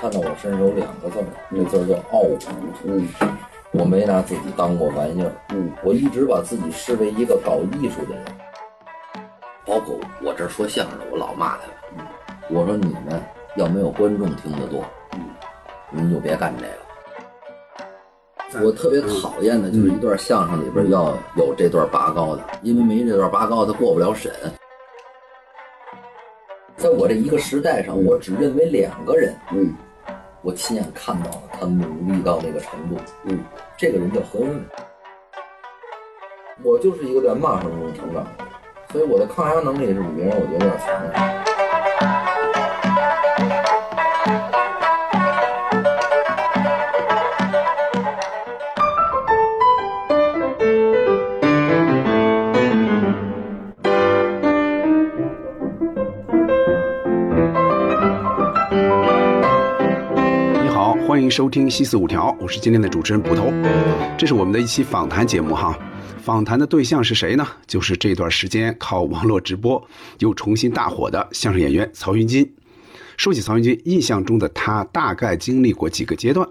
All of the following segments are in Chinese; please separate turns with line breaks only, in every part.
看到我身上有两个字儿，这字儿叫傲骨。
嗯
我没拿自己当过玩意儿，
嗯
我一直把自己视为一个搞艺术的人。
包括我这说相声，我老骂他
嗯
们。我说你们要没有观众听得多，嗯，您就别干这个。
嗯
我特别讨厌的就是一段相声里边要有这段拔高的，因为没这段拔高，他过不了审。在我这一个时代上，我只认为两个人，
嗯
我亲眼看到了他努力到那个程度。
嗯
这个人叫何勇。我就是一个在骂声中成长的，所以我的抗压能力是比别人我觉得要强的。
你好，欢迎收听《西四五条》，我是今天的主持人捕头。这是我们的一期访谈节目哈，访谈的对象是谁呢？就是这段时间靠网络直播又重新大火的相声演员曹云金。说起曹云金，印象中的他大概经历过几个阶段。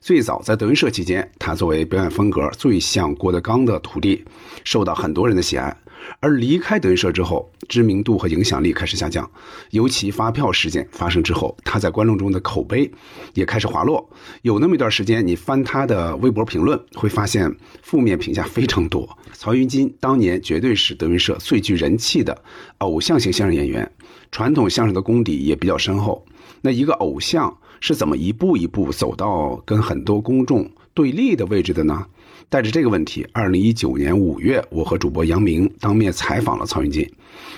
最早在德云社期间，他作为表演风格最像郭德纲的徒弟，受到很多人的喜爱。而离开德云社之后，知名度和影响力开始下降，尤其发票事件发生之后，他在观众中的口碑也开始滑落。有那么一段时间，你翻他的微博评论，会发现负面评价非常多。曹云金当年绝对是德云社最具人气的偶像型相声演员，传统相声的功底也比较深厚。那一个偶像是怎么一步一步走到跟很多公众对立的位置的呢？带着这个问题，二零一九年五月，我和主播杨明当面采访了曹云金。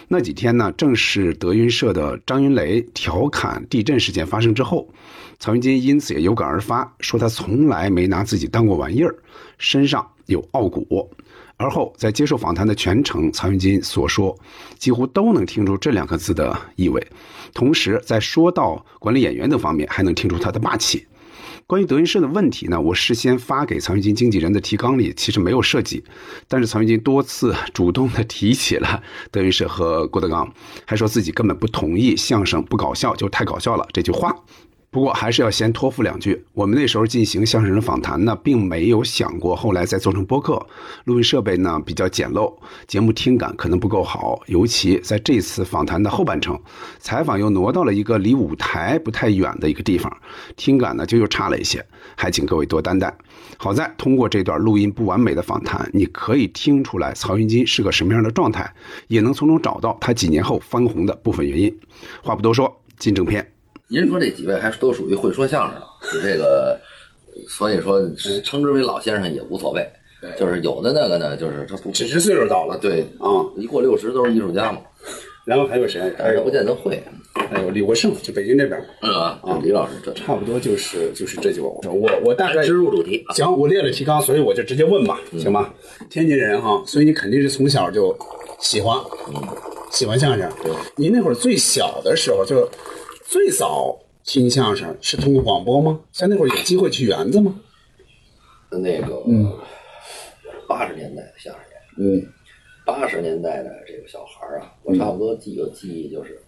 那几天呢，正是德云社的张云雷调侃地震事件发生之后，曹云金因此也有感而发，说他从来没拿自己当过玩意儿，身上有傲骨。而后在接受访谈的全程，曹云金所说几乎都能听出这两个字的意味，同时在说到管理演员等方面，还能听出他的霸气。关于德云社的问题呢，我事先发给曹云金经纪人的提纲里其实没有涉及，但是曹云金多次主动的提起了 德云社和郭德纲，还说自己根本不同意相声不搞笑就太搞笑了这句话。不过还是要先托付两句。我们那时候进行相声人访谈呢，并没有想过后来再做成播客。录音设备呢比较简陋，节目听感可能不够好，尤其在这次访谈的后半程，采访又挪到了一个离舞台不太远的一个地方，听感呢就又差了一些。还请各位多担待。好在通过这段录音不完美的访谈，你可以听出来曹云金是个什么样的状态，也能从中找到他几年后翻红的部分原因。话不多说，进正片。
您说这几位还都属于会说相声的，就这个，所以说称之为老先生也无所谓。就是有的那个呢，就是他不
只是岁数到了，
对
啊、
一过六十都是艺术家嘛，
然后还有谁？
但
还
是不
有
见得会。
还有李国盛，就北京这边，
嗯啊，这李老师这
差不多就是就是这就我我大概
直入主题啊
行，我列了提纲，所以我就直接问吧，行吧？天津人哈，所以你肯定是从小就喜欢，喜欢相声。您那会儿最小的时候，就最早听相声是通过广播吗？像那会儿有机会去园子吗？
那个八十年代的相声演员，
嗯
八十年代的这个小孩儿啊，我差不多记有记忆就是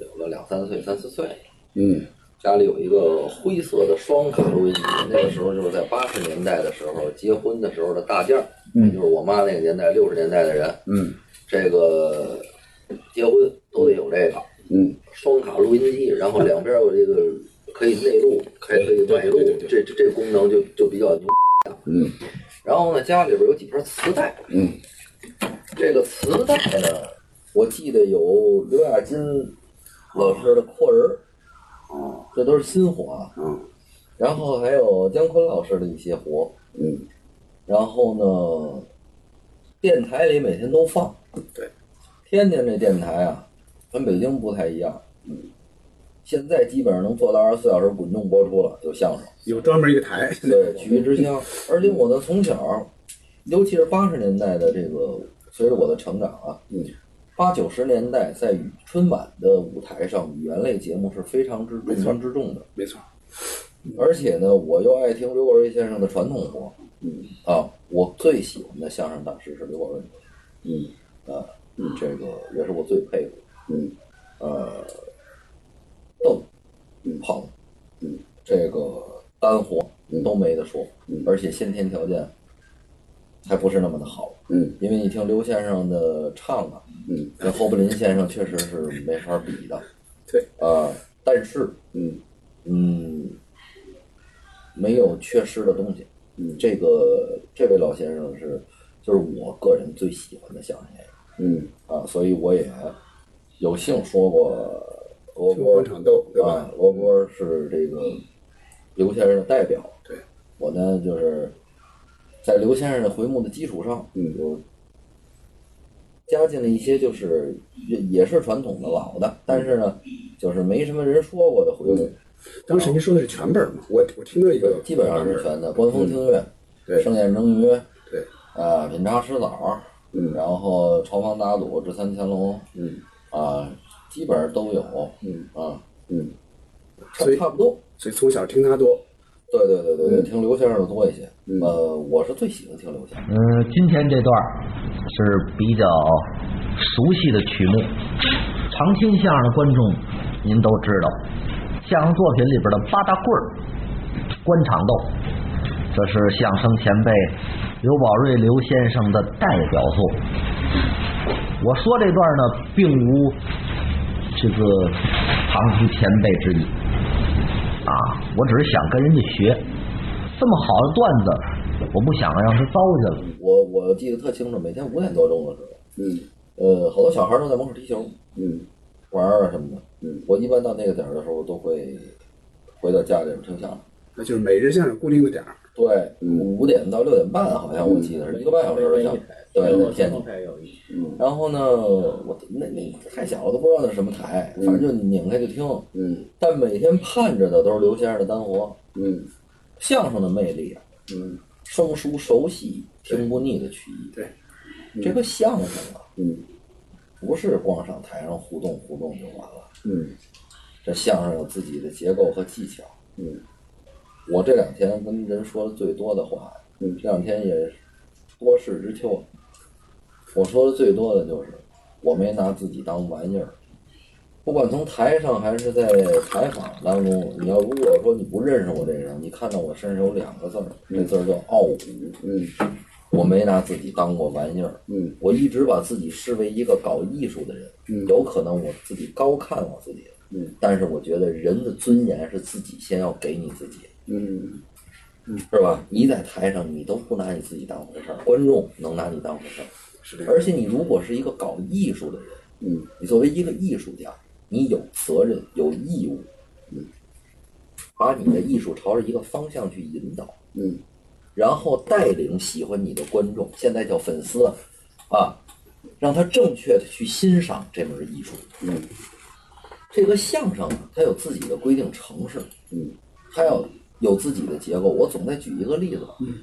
有个两三岁、三四岁，
嗯
家里有一个灰色的双卡录音机，那个时候就是在八十年代的时候结婚的时候的大件儿，嗯，就是我妈那个年代六十年代的人，
嗯
这个结婚都得有这个
嗯
双卡录音机，然后两边有这个可以内录，还可以外录
对对，对
这这这功能就就比较牛。
嗯
然后呢，家里边有几盘磁带，
嗯，
这个磁带呢，我记得有刘亚金老师的《阔人》，哦，这都是新活啊。
嗯
然后还有姜昆老师的一些活，
嗯，
然后呢，电台里每天都放。
对，
天津这电台啊，跟北京不太一样。嗯，现在基本上能做到二十四小时滚动播出了，有相声，
有专门一个台。
对，曲艺之乡。
嗯
而且我呢，从小，尤其是八十年代的这个，随着我的成长啊，
嗯，
八九十年代在与春晚的舞台上，语言类节目是非常之重中之重的。
没错，
而且呢，我又爱听刘国瑞先生的传统活，
嗯
啊，我最喜欢的相声大师是刘国瑞，
嗯
啊，这个也是我最佩服
嗯
的，呃，逗，
嗯
胖，
嗯，
这个单活都没得说，而且先天条件还不是那么的好。
嗯，
因为你听刘先生的唱啊，
嗯，
跟侯宝林先生确实是没法比的。
对，
啊，但是
嗯
嗯，没有缺失的东西。
嗯
这个这位老先生是，就是我个人最喜欢的相声演员
嗯，
啊，所以我也有幸说过罗
听过
锅
场斗对吧
啊，罗锅是这个刘先生的代表。
对，
我呢就是在刘先生的回目的基础上，
嗯
就加进了一些就是也也是传统的老的，但是呢，就是没什么人说过的回
嗯
目。
当时您说的是全本儿嘛？我我听到一个
基本上是
本儿
全的，官风听乐、
嗯对
盛宴蒸鱼、
对，
啊品茶吃枣，
嗯
然后朝房打赌、智三乾隆，
嗯
啊，基本上都有，
嗯
啊，
嗯，
差
所以
差不多。
所以从小听他多，
对对对对对，听刘先生的多一些。
嗯
呃，我是最喜欢听刘先生。
呃，今天这段儿是比较熟悉的曲目，常听相声的观众您都知道，相声作品里边的八大棍儿、官场斗，这是相声前辈刘宝瑞刘先生的代表作。我说这段呢，并无这个唐突前辈之意啊，我只是想跟人家学，这么好的段子，我不想让它糟践了。
我我记得特清楚，每天五点多钟的时候，
嗯
呃，好多小孩都在门口踢球、
嗯
玩儿啊什么的。
嗯，
我一般到那个点儿的时候，都会回到家里边听相声。
那就是每日相声固定的点儿，
对，
嗯
五点到六点半，好像我记得是一个半小时的像，对，那天津。然后呢，我那那太小了，都不知道那是什么台，反正就拧开就听。
嗯
但每天盼着的都是刘先生的单活，
嗯
相声的魅力啊，
嗯
生疏熟悉，听不腻的曲艺。
对，
这个相声啊，
嗯
不是光上台上互动互动就完了，
嗯
这相声有自己的结构和技巧。
嗯
我这两天跟人说的最多的话，
嗯
这两天也多事之秋，我说的最多的就是我没拿自己当玩意儿，不管从台上还是在采访当中，你要如果说你不认识我这人，你看到我身上有两个字儿，这字儿叫傲骨，
嗯
我没拿自己当过玩意儿，
嗯
我一直把自己视为一个搞艺术的人，
嗯
有可能我自己高看我自己了，
嗯
但是我觉得人的尊严是自己先要给你自己的。
嗯
是吧？你在台上，你都不拿你自己当回事儿，观众能拿你当回事儿。
是这样，
而且你如果是一个搞艺术的人，
嗯
你作为一个艺术家，你有责任、有义务，
嗯
把你的艺术朝着一个方向去引导，
嗯
然后带领喜欢你的观众，现在叫粉丝啊，啊，让他正确的去欣赏这门艺术。
嗯
这个相声啊，它有自己的规定程式，
嗯，
它要有自己的结构。我总再举一个例子，嗯，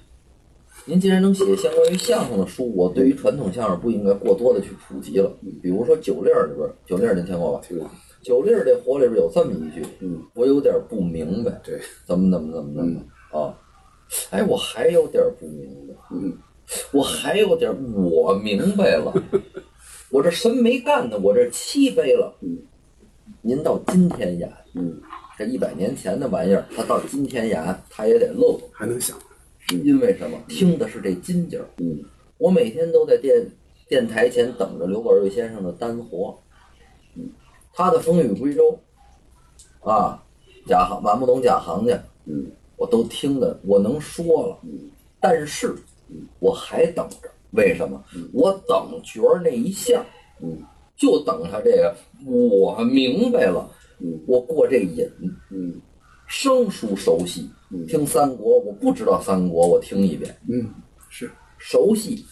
您既然能写相关于相声的书，我对于传统相声不应该过多的去普及了。比如说九令儿里边儿，九令儿您听过吧？
听过，
九令儿这活里边有这么一句，
嗯，
我有点不明白，
对，
怎么怎么怎么怎么、啊？哎，我还有点不明白，
嗯
我还有点我明白了，我这身没干呢，我这七杯了。
嗯，
您到今天演
嗯，
这一百年前的玩意儿，他到今天演他也得乐，
还能想，
因为什么？听的是这金劲儿。
嗯
我每天都在电电台前等着刘宝瑞先生的单活，嗯他的《风雨归舟》啊，假行满不懂假行家，
嗯
我都听的，我能说了，嗯但是嗯我还等着，为什么？我等角儿那一下，
嗯
就等他这个，我明白了，
嗯
我过这瘾，
嗯
生疏熟悉
嗯，
听三国，我不知道三国，我听一遍，
嗯是，
熟悉。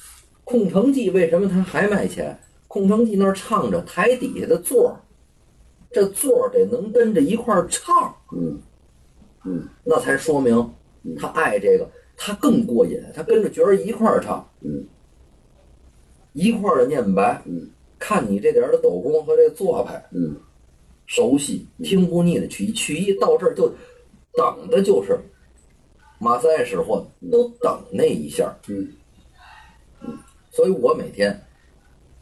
空城计为什么他还卖钱？空城计那儿唱着台底下的座儿，这座儿得能跟着一块儿唱，
嗯嗯
那才说明他爱这个，他更过瘾，他跟着角儿一块儿唱，
嗯
一块儿的念白，
嗯
看你这点儿的抖功和这做派，
嗯
熟悉听不腻的曲艺，曲艺到这儿就等的就是马三使唤，都等那一下儿。
嗯
所以我每天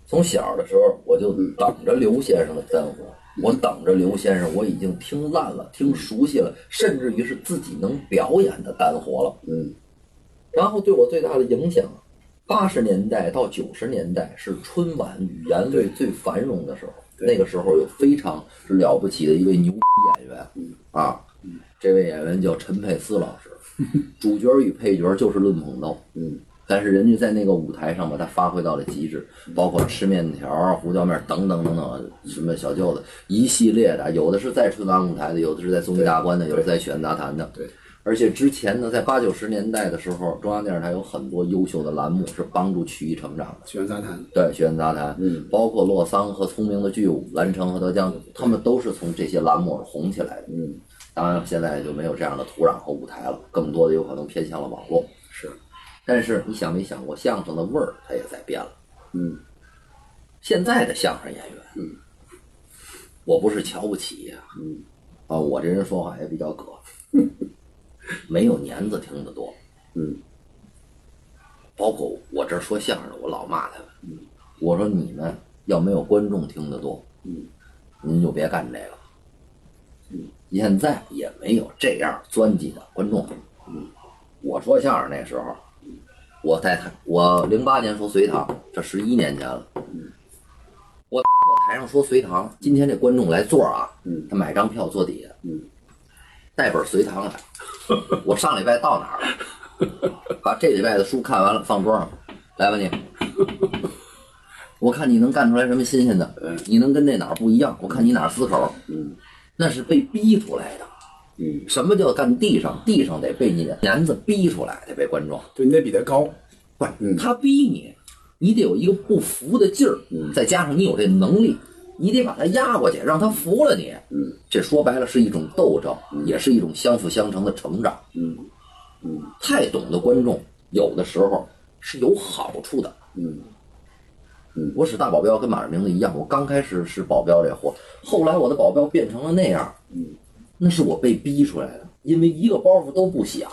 从小的时候我就等着刘先生的单活，我等着刘先生，我已经听烂了，听熟悉了，甚至于是自己能表演的干活了。
嗯，
然后对我最大的影响，八十年代到九十年代是春晚语言类最繁荣的时候。
对
那个时候有非常了不起的一位牛逼演员，啊，这位演员叫陈佩斯老 师，主角与配角就是论捧逗。
嗯，
但是人家在那个舞台上把它发挥到了极致，
嗯
包括吃面条儿、胡椒面儿等等等等，什么小舅子一系列的，有的是在春晚舞台的，有的是在综艺大观的，有的是在曲苑杂谈的。
对，
而且之前呢，在八九十年代的时候，中央电视台有很多优秀的栏目是帮助曲艺成长的。
曲苑杂谈，
对，学院杂谈，嗯，包括洛桑和聪明的巨舞、蓝城和德江，他们都是从这些栏目红起来的。
嗯，
当然现在就没有这样的土壤和舞台了，更多的有可能偏向了网络。
是，
但是你想没想过，相声的味儿它也在变了。
嗯，
现在的相声演员，嗯，我不是瞧不起呀、嗯，啊，我这人说话也比 较葛，没有年子听得多，
嗯，
包括我这儿说相声的，我老骂他们，嗯，我说你们要没有观众听得多，嗯，您就别干这个，嗯，现在也没有这样钻进的观众，嗯，我说相声那时候。我在台，我零八年说隋唐，这十一年前了。我台上说隋唐，今天这观众来座啊，他买张票坐底下，带本隋唐来。我上礼拜到哪儿了？ 把这礼拜的书看完了，放桌上，来吧你。我看你能干出来什么新鲜的，你能跟这哪儿不一样？我看你哪儿思考，嗯，那是被逼出来的。
嗯，
什么叫干地上？地上得被你帘子逼出来，得被观众。
对你得比他高，
不是，
嗯
他逼你，你得有一个不服的劲儿，再加上你有这能力，你得把他压过去，让他服了你。嗯，这说白了是一种斗争，也是一种相辅相成的成长。嗯，嗯，太懂的观众有的时候是有好处的。
嗯，
嗯，我使大保镖跟马志明的一样，我刚开始使保镖这货，后来我的保镖变成了那样。嗯，那是我被逼出来的，因为一个包袱都不想。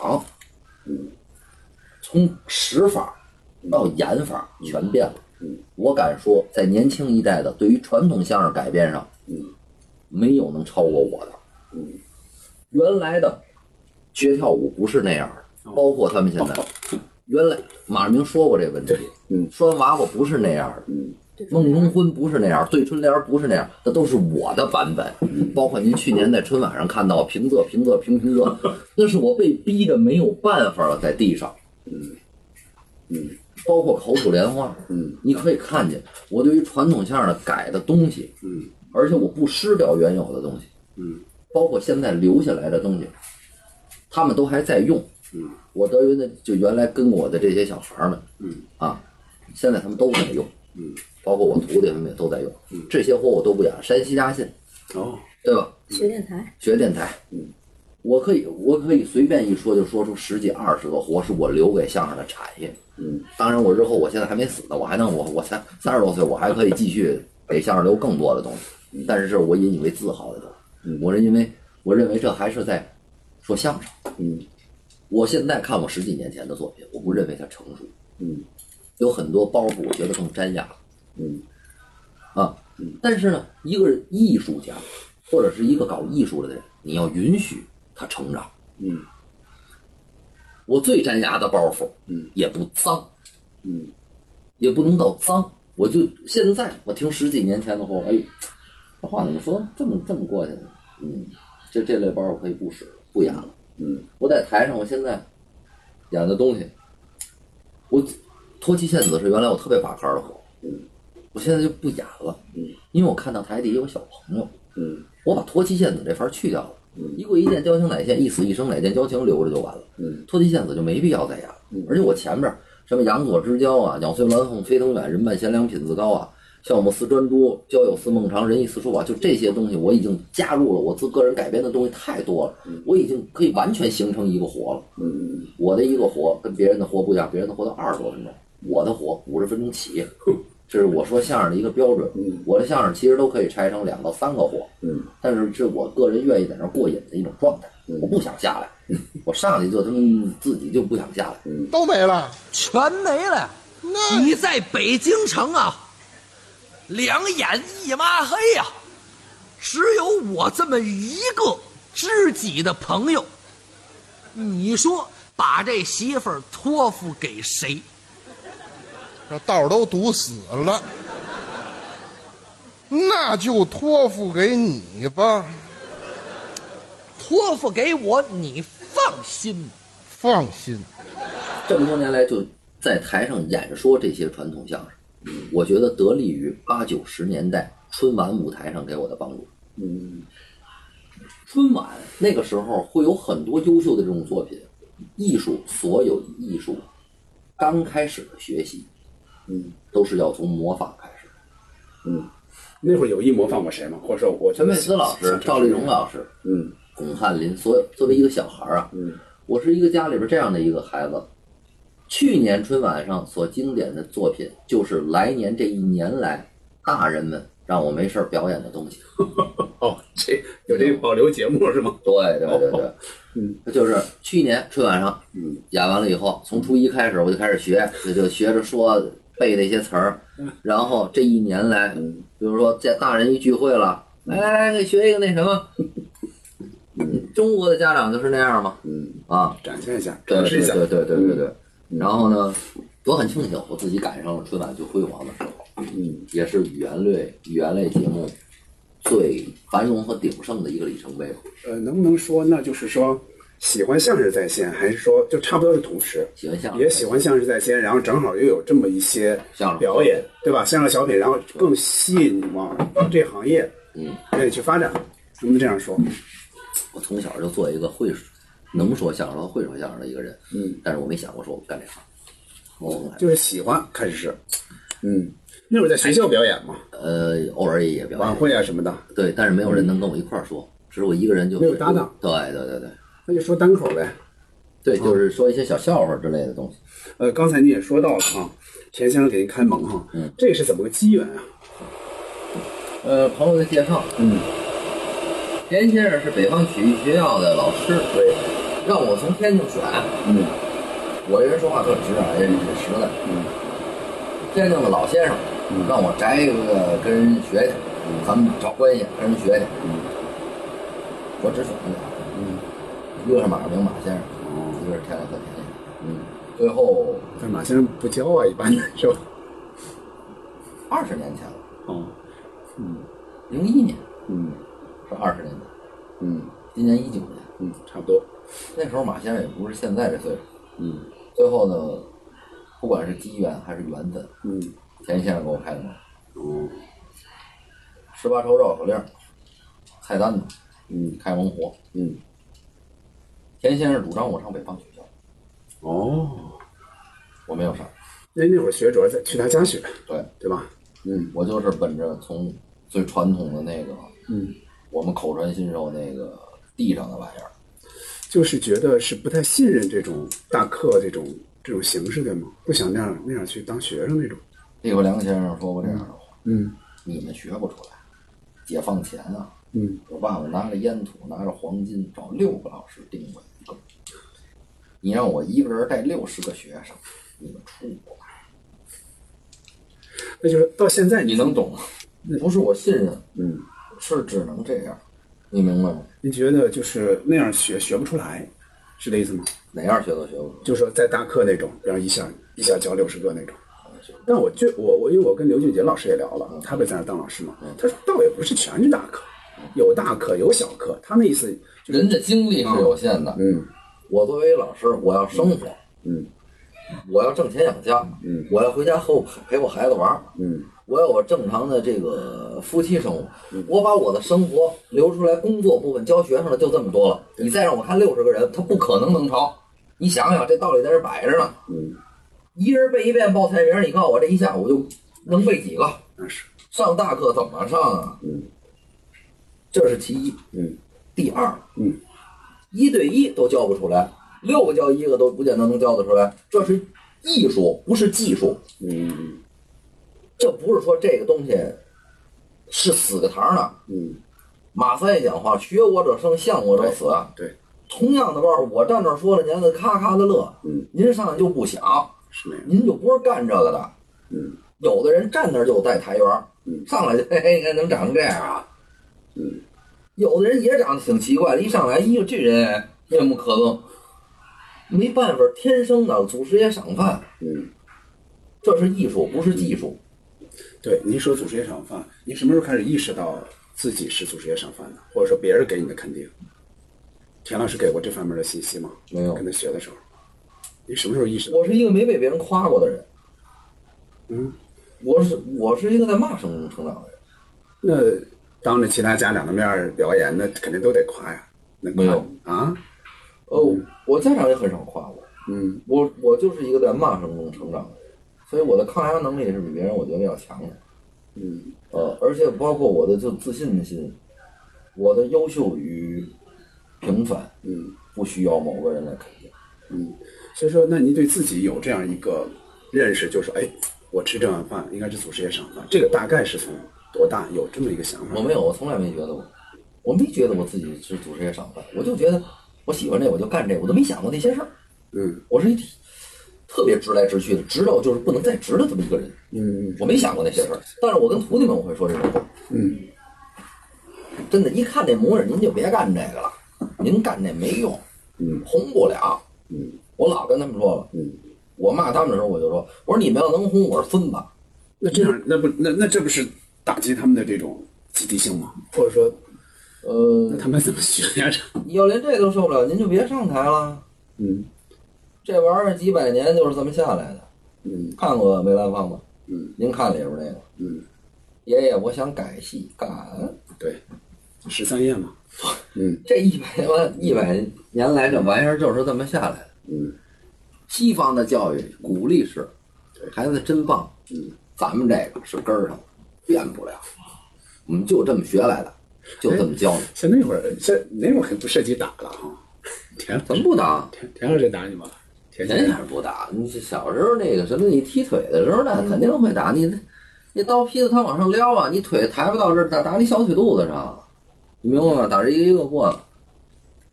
从使法到演法全变了。嗯我敢说，在年轻一代的对于传统相声改编上，嗯没有能超过我的。嗯原来的学跳舞不是那样的，包括他们现在。原来马明说过这问题，
嗯
拴娃娃不是那样的，梦中婚不是那样，对春联不是那样，那都是我的版本。包括您去年在春晚上看到平仄平仄平平仄，那是我被逼的没有办法了，在地上。包括口吐莲花，
嗯，
你可以看见我对于传统相声的改的东西，
嗯，
而且我不失掉原有的东西，
嗯，
包括现在留下来的东西，他们都还在用，
嗯，
我德云的就原来跟我的这些小孩儿们，
嗯，
啊，现在他们都在用，嗯，包括我徒弟他们也都在用，嗯，这些货我都不养，山西压线，
哦，
对吧？
学电台，
学电台，嗯，我可以，我可以随便一说就说出十几二十个活，是我留给相声的产业。
嗯，
当然我日后我现在还没死呢，我还能我我才三十多岁，我还可以继续给相声留更多的东西，但是这是我引以为自豪的东西。嗯我是因为我认为这还是在说相声。
嗯
我现在看我十几年前的作品，我不认为它成熟，
嗯
有很多包袱我觉得更沾雅了
嗯
啊。但是呢，一个艺术家或者是一个搞艺术的人，你要允许他成长。
嗯
我最粘牙的包袱，
嗯，
也不脏，
嗯，
也不能到脏。我就现在我听十几年前的话，哎，这话怎么说这么这么过去呢？嗯，这这类包袱可以不使了，不演了。
嗯，
我在台上，我现在演的东西，我托妻献子是原来我特别把杆的活，嗯，我现在就不演了，嗯，因为我看到台底有个小朋友，
嗯
我把托妻献子这番去掉了。一跪一见交情乃现，一死一生乃见交情，留着就完了。
嗯，
托妻献子就没必要再演了。而且我前面什么杨左之交啊，鸟随鸾凤飞腾远，人伴贤良品自高啊，孝母似专诸，交友似孟尝，仁义似叔宝，就这些东西我已经加入了，我自个人改编的东西太多了，我已经可以完全形成一个活了。
嗯
我的一个活跟别人的活不一样，别人的活都二十多分钟，我的活五十分钟起，这是我说相声的一个标准。我的相声其实都可以拆成两到三个活，
嗯，
但是是我个人愿意在那儿过瘾的一种状态，我不想下来，我上去就他们自己就不想下来。
都没了。
全没了。你在北京城啊，两眼一抹黑呀、只有我这么一个知己的朋友，你说把这媳妇儿托付给谁？
这道儿都堵死了，那就托付给你吧，
托付给我，你放心吧。
放心。
这么多年来就在台上演说这些传统相声，嗯我觉得得力于八九十年代春晚舞台上给我的帮助。嗯，春晚那个时候会有很多优秀的这种作品，艺术所有艺术刚开始的学习，嗯，都是要从模仿开始。
那会儿有意模仿过谁吗？或者说我
陈佩斯老师、赵丽蓉老师，
嗯，
巩汉林，所有作为一个小孩儿啊，嗯，我是一个家里边这样的一个孩子。去年春晚上所经典的作品，就是来年这一年来大人们让我没事儿表演的东西。
哦，这有这保留节目是吗？
对对对对，哦 嗯，就是去年春晚上，嗯，演完了以后，从初一开始我就开始学，就就学着说背那些词儿，然后这一年来，比如说在大人一聚会了，来来来，给学一个那什么，中国的家长就是那样嘛，嗯啊，
展现一下，
对
展示
对
一下。
对对对对对。然后呢，我很庆幸我自己赶上了春晚最辉煌的时候，嗯，也是语言类语言类节目最繁荣和鼎盛的一个里程碑吧。
呃，能不能说，那就是说喜欢相声在先，还是说就差不多是同时？
喜欢相声
也喜欢相声在先，然后正好又有这么一些
相声
表演，对吧？相声小品，然后更吸引你往这行业，
嗯，
愿意去发展，能不能这样说？
我从小就做一个会说能说相声和会说相声的一个人，嗯，但是我没想过说我干这行，我从来
就是喜欢开始是，嗯，那会儿在学校表演嘛，
呃偶尔也也表演
晚会啊什么的，
对，但是没有人能跟我一块儿说，只是我一个人就
没有搭档，嗯
对对对对
那就说单口呗。
对，就是说一些小笑话之类的东西。
呃，刚才你也说到了哈，田先生给您开蒙哈，嗯，这是怎么个机缘啊？
呃，朋友的介绍，嗯，田先生是北方曲艺学校的老师，对，让我从天津选，嗯，我这人说话特直啊，也也实在，嗯，天津的老先生，让我摘一个跟人学去，咱们找关系跟人学去，嗯，我只选一个，嗯，一个是马明马先生，一个是田老和田先生，嗯，最后
但马先生不教啊，一般是吧？
二十年前了，
哦，
零一年
嗯
是二十年前，
嗯
今年一九年。
嗯，差不多，
那时候马先生也不是现在这岁数，嗯，最后呢，不管是机缘还是缘分，
嗯，
田先生给我开的门，十八朝绕口令，菜单子，嗯，开蒙活，
嗯，
田先生主张我上北方学校，
哦，
我没有上，
那那会儿学主要在去他家学，
对
对吧？
我就是本着从最传统的那个，
嗯，
我们口传心授那个地上的玩意儿，
就是觉得是不太信任这种大课这种这种形式的嘛，不想那样那样去当学生那种。
李国良先生说过这样的话，
嗯
你们学不出来，解放前啊，
嗯，
我爸爸拿着烟土，拿着黄金，找六个老师盯我一个。你让我一个人带六十个学生，你们出不来，
那就是到现在
你
你
能懂吗？不是我信任，
嗯，
是只能这样，你明白吗？
你觉得就是那样学学不出来，是这意思吗？
哪样学都学不出
就说在大课那种，比方一下一下教六十个那种。但我就我我因为我跟刘俊杰老师也聊了，他不是在那儿当老师嘛，他说倒也不是全是大课，有大课有小课，他那意思就
来，人家精力是有限的。
嗯
我作为老师，我要生活，
嗯，
我要挣钱养家，
嗯，
我要回家和我陪我孩子玩儿，
嗯
我有我正常的这个夫妻生活，我把我的生活留出来，工作部分教学生的就这么多了。你再让我看六十个人，他不可能能超。你想想，这道理在这摆着呢。
嗯，
一人背一遍报菜名，你告诉我这一下午就能背几个？
那是
上大课怎么上啊？嗯，这是其一。
嗯，
第二，
嗯，
一对一都教不出来，六个教一个都不见得能教得出来。这是艺术，不是技术。
嗯
这不是说这个东西是死个堂的。
嗯
马三爷讲话：“学我者生，向我者死。啊
对”
同样的道理，我站这儿说了，您在咔咔的乐，
嗯，
您上来就不想，
是那样，
您就不是干这个的。
嗯
有的人站那儿就带台缘儿，
嗯
上来就嘿嘿，你看能长成这样啊？
嗯，
有的人也长得挺奇怪的，一上来，哎呦，这人面目可憎，没办法，天生的祖师爷赏饭，
嗯，
这是艺术，不是技术。
对，您说祖师爷赏饭，您什么时候开始意识到自己是祖师爷赏饭的，或者说别人给你的肯定？田老师给过这方面的信息吗？
没有
跟他学的时候，你什么时候意识到？
我是一个没被别人夸过的人，
嗯，
我是我是一个在骂声中成长的人，
那当着其他家长的面儿表演，那肯定都得夸呀。那
没
夸
有
啊？
哦，我家长也很少夸我，
嗯，
我我就是一个在骂声中成长的人，所以我的抗压能力是比别人我觉得要强的。
嗯，
呃，而且包括我的就自信心，我的优秀与平凡，
嗯，
不需要某个人来肯定。
所以说，那您对自己有这样一个认识，就是哎，我吃这碗饭应该是祖师爷赏饭，这个大概是从多大有这么一个想法？
我没有，我从来没觉得我，我没觉得我自己是主持人赏饭，我就觉得我喜欢这，我就干这，我都没想过那些事儿。
嗯
我是一特别直来直去的，直到就是不能再直的这么一个人。
嗯
我没想过那些事儿，但是我跟徒弟们我会说这种话。
嗯，
真的，一看这模样，您就别干这个了，您干这没用，
嗯，
红不了。
嗯，
我老跟他们说了，
嗯，
我骂他们的时候，我就说，我说你们要能红，我是孙子，
那这样，那不那那这不是打击他们的这种积极性吗？
或者说，呃
那，他们怎么学呀？这
你要连这都受不了，您就别上台了。
嗯
这玩意儿几百年就是这么下来的。
嗯
看过《梅兰芳》吗？
嗯，
您看里边那个。
嗯，
爷爷，我想改戏，敢？
对，十三夜嘛，嗯
这一百年一百年来，这玩意儿就是这么下来的。
嗯
西方的教育鼓励是，孩子真棒，
嗯，
咱们这个是根儿上变不了，我们就这么学来的，就这么教的，
像那会儿，像那会儿可不涉及打了哈。田
怎么不打？
田田老师打你吗？田
人也是不打。你这小时候那个什么，你踢腿的时候那肯定会打你那，你刀劈子他往上撩啊，你腿抬不到这儿，打打你小腿肚子上，啊你明白吗？打这一个一个过，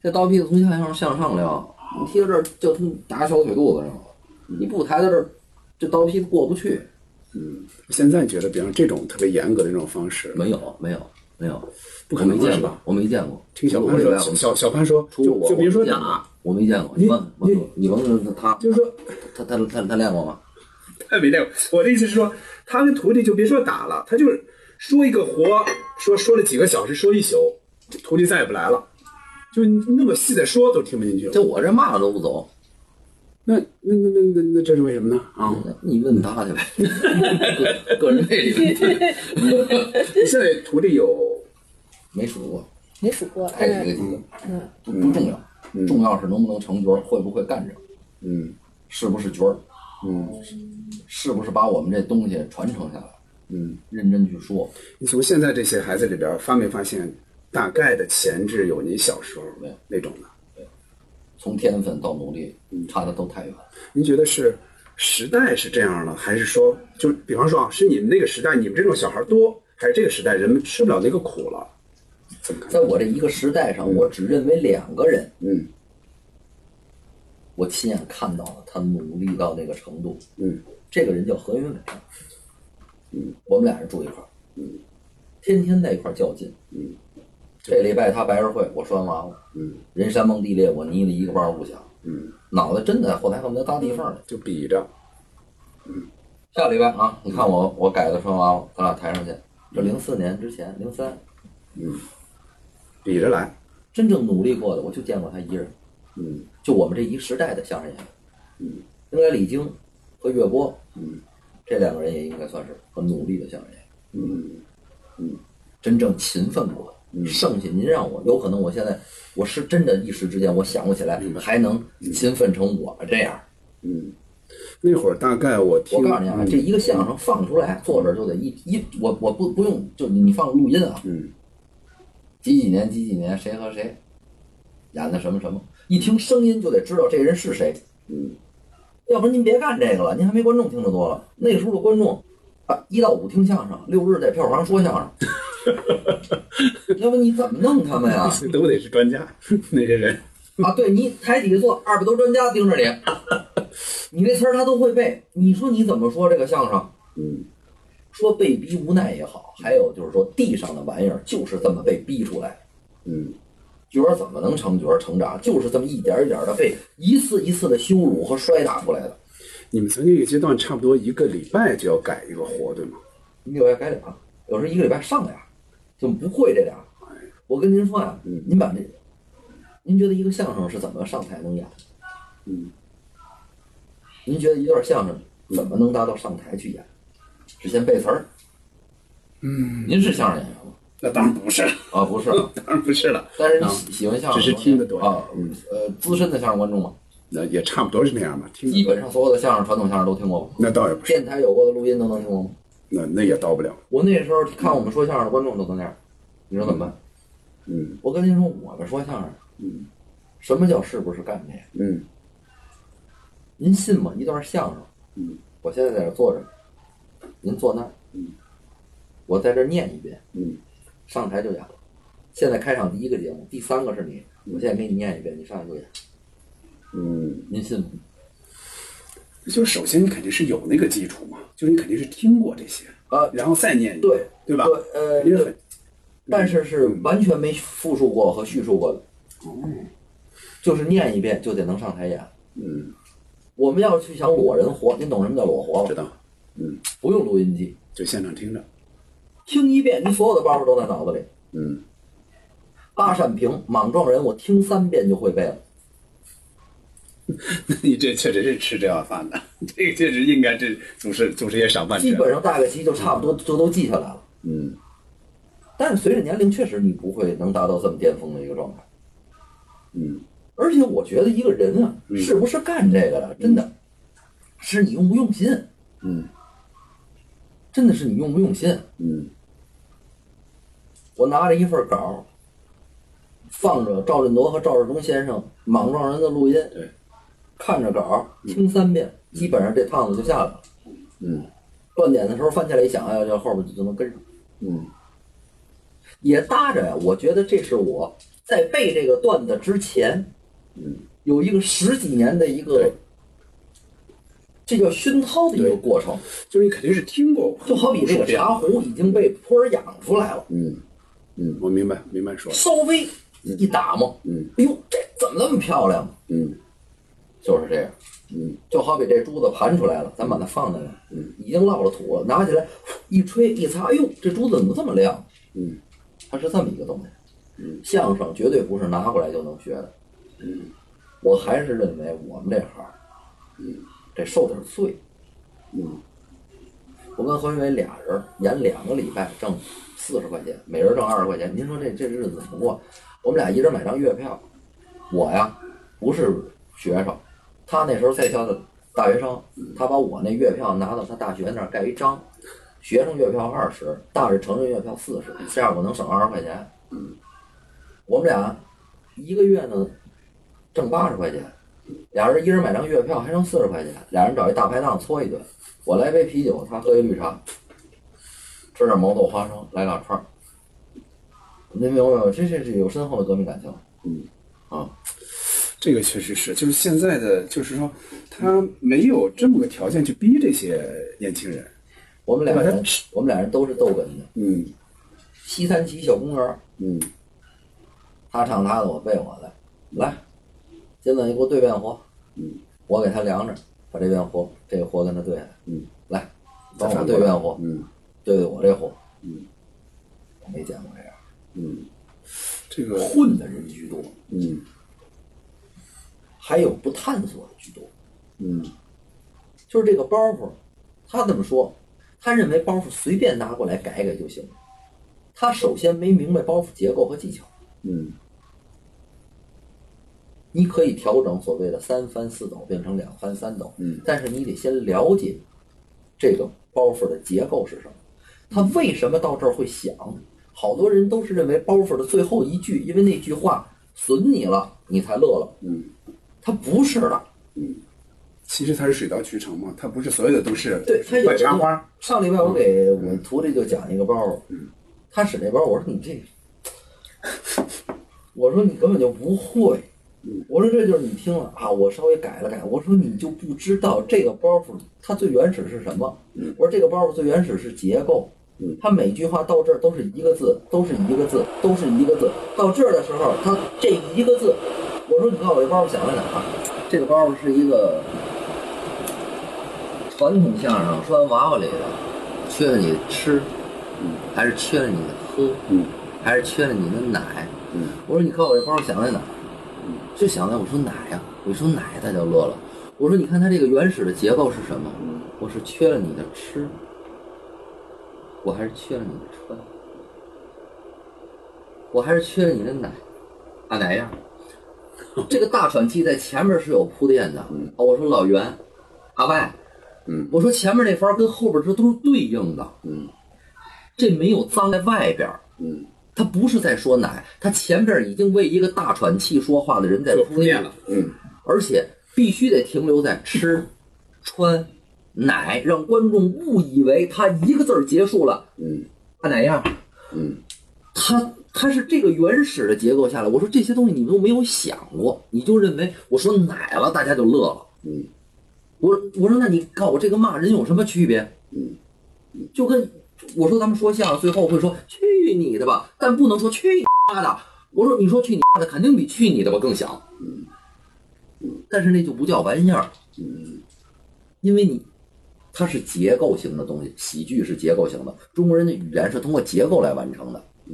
这刀劈子从下向向上撩，你踢到这儿就打小腿肚子上了，你不抬到这儿，这刀劈子过不去。
现在觉得，比方这种特别严格的这种方式，
没有，没有，没有，
不可能
我没
是
见过
吧？，
我没见过。
听小
我
潘
这
说，
边我
小小潘说，
出
就
我
就别说
我见
打
过，我没见过。
你
你问我
你
说你问他，
就是说
他他他他练过吗？
他没练过。我的意思是说，他跟徒弟就别说打了，他就是说一个活，说说了几个小时，说一宿，徒弟再也不来了，就那么细的说都听不进去了。
这我这骂了都不走，
那那那那那那这是为什么呢？啊，
你问他去呗，个个人魅力问题，
你现在徒弟有
没数过，
没数过。
太一
嗯
个几个，不不重要，重要是能不能成角儿，会不会干这，
嗯
是不是角儿，
嗯
是不是把我们这东西传承下来，
嗯，
认真去说。
你从现在这些孩子里边发没发现，大概的潜质有你小时候
没有
那种的？
从天分到努力，差的都太远了。
您觉得是时代是这样了，还是说，就比方说啊，是你们那个时代，你们这种小孩多，还是这个时代人们吃不了那个苦了？怎么看？
在我这一个时代上，我只认为两个人，
嗯
我亲眼看到了他努力到那个程度。
嗯
这个人叫何云伟，嗯，我们俩人住一块儿，嗯，天天在一块儿较劲，嗯，这礼拜他白日会，我拴娃娃，
嗯，
人山梦地裂，我捏了一个包不响，
嗯，
脑袋真的后台恨不得搭地缝儿了。
就比着，
下礼拜啊，你看我我改的拴娃娃，咱俩抬上去，这零四年之前，零三
比着来，
真正努力过的，我就见过他一人，
嗯
就我们这一时代的相声演员，嗯，应该李菁和岳波，
嗯，
这两个人也应该算是很努力的相声演员，
嗯
真正勤奋过的。剩下您让我，有可能我现在我是真的一时之间我想不起来，还能勤奋成我们这样。
嗯。那会儿大概我听，
我告诉你 啊，这一个相声放出来，坐这儿就得一一，我我不不用，就你放录音啊，
嗯
几几年几几年谁和谁演的什么什么，一听声音就得知道这人是谁。
嗯
要不然您别干这个了，您还没观众听得多了。那时候的观众，啊，一到五听相声，六日在票房说相 声，要不你怎么弄他们呀？
嗯，都得是专家那些人，
啊，对你台底下坐二百多专家盯着你， 你这词儿他都会背，你说你怎么说这个相声？
嗯
说被逼无奈也好，还有就是说地上的玩意儿就是这么被逼出来，嗯，角儿怎么能成角儿成长？就是这么一点儿一点的被一次一次的羞辱和摔打出来的。
你们曾经一个阶段差不多一个礼拜就要改一个活，对吗？
一个礼拜改俩，有时候一个礼拜上俩，就不会这俩。我跟您说呀、您把这，您觉得一个相声是怎么上台能演？
嗯，
您觉得一段相声怎么能达到上台去演？是先背词儿？嗯，您是相声演员吗？
那当然不是了，
啊，不是啊，
当然不是了。
但是你喜喜欢相声，
嗯只是听得多嗯
啊，呃，资深的相声观众嘛，
那也差不多是那样吧。听
基本上所有的相声传统相声都听过吧？
那倒也不是，
电台有过的录音都能听过吗？
那那也到不了。
我那时候看我们说相声的观众都能那样，你说怎么办？
嗯
我跟您说，我们说相声，啊
嗯
什么叫是不是干这个？
嗯
您信吗？一段相声，
嗯，
我现在在这坐着，您坐那儿，
嗯，
我在这念一遍，
嗯，
上台就演了。现在开场第一个节目，第三个是你，我现在给你念一遍，你上来就演，
嗯，
您信吗？
就是首先你肯定是有那个基础嘛，就是你肯定是听过这些
啊
然后再念一遍
对
对吧？
对，呃，
因为很
但是是完全没复述过和叙述过的，就是念一遍就得能上台演。
嗯，
我们要去想裸人活，您懂什么叫裸活
知
吗？
道，嗯，
不用录音机，
就现场听着，
听一遍，您所有的包袱都在脑子里。
嗯
八扇屏、莽撞人，我听三遍就会背了。
你这确实是吃这碗饭的， 这个确实应该这祖师祖师爷赏饭吃。
基本上大概其就差不多就都记下来了。
嗯，
但是随着年龄，确实你不会能达到这么巅峰的一个状态。
嗯，
而且我觉得一个人啊，是不是干这个的，真的是你用不用心。
嗯，
真的是你用不用心。
嗯
我拿着一份稿，放着赵振铎和赵志忠先生莽撞人的录音，
对，
看着稿听三遍，基本上这趟子就下来了。
嗯
断点的时候翻起来一想，哎呀，这后边就就能跟上。
嗯
也搭着呀。我觉得这是我在背这个段子之前，
嗯，
有一个十几年的一个
对，
这叫熏陶的一个
对
过程。
就是你肯定是听过，
就好比这个茶壶已经被普洱养出来了，
嗯嗯，我明白明白说的，
稍微一打磨，
嗯，
哎呦，这怎么那么漂亮？
嗯
就是这样。
嗯，
就好比这珠子盘出来了，咱把它放在那儿，嗯，已经落了土了，拿起来一吹一擦，哎呦，这珠子怎么这么亮？
嗯，
它是这么一个东西。嗯，相声绝对不是拿过来就能学的。嗯，我还是认为我们这行，嗯，得受点罪。
嗯
我跟何云伟俩人演两个礼拜，挣四十块钱，每人挣二十块钱。您说这这日子怎么过？我们俩一人买张月票。我呀，不是学生，他那时候在校的大学生，他把我那月票拿到他大学那儿盖一章，学生月票二十，大人成人月票四十，这样我能省二十块钱。我们俩一个月呢挣八十块钱，俩人一人买张月票还剩四十块钱，俩人找一大排档搓一顿，我来杯啤酒，他喝一绿茶，吃点毛豆花生，来俩串儿。您明白吗？这这是有深厚的革命感情。
嗯。
啊，
这个确实是，就是现在的，就是说他没有这么个条件去逼这些年轻人。
我们俩
对吧
人
他吃，
我们俩人都是逗哏的。
嗯
西三旗小公园儿，
嗯
他唱他的，我背我的。来，今晚你给我对变活，
嗯，
我给他量着，把这变活，这个活跟他对下来。
嗯，
来，帮我对变活，
嗯
对对我这活。
嗯，
我没见过这样，
嗯，这个
混的人居多，
嗯
还有不探索的居多。
嗯
就是这个包袱，他这么说，他认为包袱随便拿过来改改就行。他首先没明白包袱结构和技巧，
嗯
你可以调整所谓的三翻四抖变成两翻三抖，
嗯
但是你得先了解这个包袱的结构是什么，他为什么到这儿会响？好多人都是认为包袱的最后一句，因为那句话损你了，你才乐了。
嗯，
他不是的，
其实它是水到渠成嘛，它不是所有的都是
对他有
怪插
一个
花。
上礼拜我给我徒弟就讲一个包儿，他使那包儿，我说你这，我说你根本就不会，我说这就是你听了啊，我稍微改了改，我说你就嗯不知道这个包袱它最原始是什么，我说这个包袱最原始是结构，
他每句话到这儿都是一个字，都是一个字，都是一个字。到这儿的时候，他这一个字，我说你看我这包袱想在哪
啊
儿？这个包袱是一个
传统相声拴娃娃里的，缺了你吃，还是缺了你的喝，
嗯
还是缺了你的奶？
嗯
我说你看我这包想在哪儿？就想在我说奶呀、我一说奶他就乐了。我说你看它这个原始的结构是什么？
嗯
我是缺了你的吃，我还是缺了你的穿，我还是缺了你的奶，啊奶样？这个大喘气在前面是有铺垫的。哦，我说老袁，阿外，
嗯
我说前面那番跟后边这都是对应的，
嗯
这没有脏在外边儿。
嗯，
他不是在说奶，他前边已经为一个大喘气说话的人在
就
铺
铺垫了，
嗯，
而且必须得停留在吃、穿、奶，让观众误以为他一个字儿结束了，
嗯
啊奶样，
嗯
他他是这个原始的结构下来。我说这些东西你们都没有想过，你就认为我说奶了，大家就乐了。
嗯
我我说那你告诉我这个骂人有什么区别？
嗯，
就跟我说咱们说相声，最后会说去你的吧，但不能说去你妈的。我说你说去你妈的，肯定比去你的吧更响。嗯，但是那就不叫玩意儿。
嗯
因为你它是结构型的东西，喜剧是结构型的，中国人的语言是通过结构来完成的。嗯，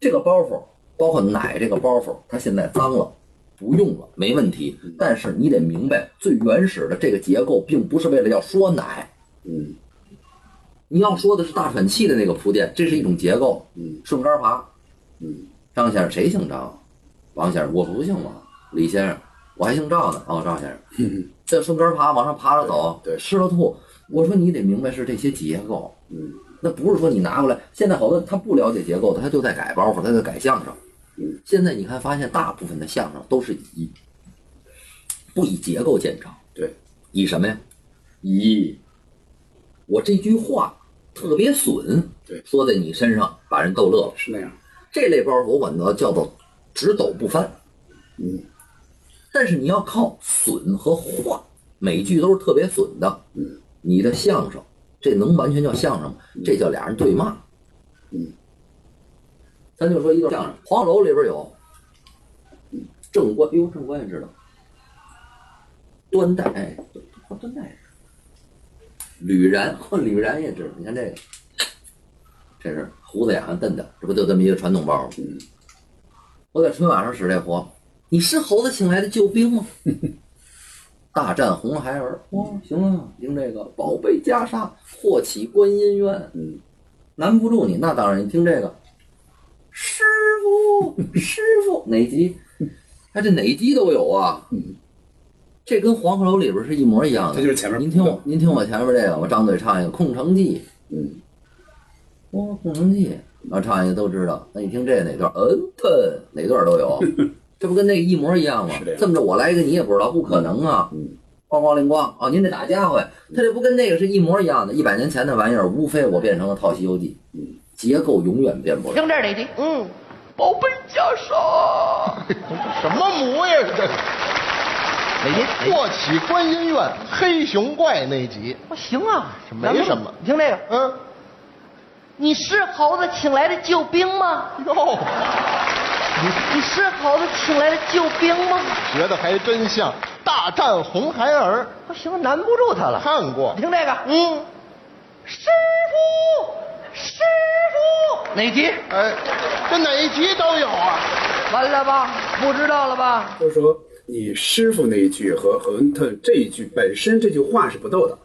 这个包袱，包括奶这个包袱，它现在脏了。不用了，没问题。
嗯
但是你得明白，最原始的这个结构，并不是为了要说奶，
嗯
你要说的是大喘气的那个铺垫，这是一种结构。
嗯，
顺杆爬。
嗯，
张先生谁姓张？王先生，我不姓王。李先生，我还姓赵呢。哦，赵先生，这顺杆爬往上爬着走，
对对
吃了吐。我说你得明白是这些结构，
嗯
那不是说你拿过来。现在好多他不了解结构的，他就在改包袱，他在改相声。
嗯
现在你看，发现大部分的相声都是以不以结构见长，
对，
以什么呀？以我这句话特别损，
对
说在你身上把人逗乐了。
是那样。
这类包袱我管它叫做只抖不翻。
嗯，
但是你要靠损和话，每句都是特别损的。嗯，你的相声这能完全叫相声吗？这叫俩人对骂。
嗯，
咱就说一段相声，《黄楼》里边有正官，哟，正官也知道，端带，哎，哦端带也知道，吕然， 哦，吕然也知道。你看这个，这是胡子眼上瞪的，这不就这么一个传统包袱？
嗯
我在春晚上使这活，你是猴子请来的救兵吗？大战红孩儿，哇，行啊，听这个宝贝袈裟，祸起观音院，
嗯，
难不住你。那当然，你听这个，师傅，师傅，哪集？哎，这哪集都有啊。这跟黄鹤楼里边是一模一样的。
嗯这就是前面
您听我，您听我前面这个，我张嘴唱一个《空城计》。
嗯
哇，《空城计》，然后唱一个都知道。那你听这哪段？嗯，特哪段都 有，这不跟那个一模一样吗
是这？样
这么着，我来一个你也不知道，不可能啊！
嗯
咣咣铃咣，哦，您这打家伙呀，他这不跟那个是一模一样的？一百年前的玩意儿，无非我变成了套《西游记》，
嗯
结构永远变不了。
听这儿哪句？嗯，宝贝袈裟。
什么模样？这
哎
霍启观音院黑熊怪那集，
我行啊，
这没什么。
你听这个，
嗯，
你是猴子请来的救兵吗？
哟，
你是猴子请来的救兵吗？
学的还真像。大战红孩儿
我行，难不住他了。
看过
你，听这个，嗯，师傅，师傅，哪集？
哎，这哪一集都有啊。
完了吧？不知道了吧？
就是说，你师傅那一句和和恩特这一句本身这句话是不逗的，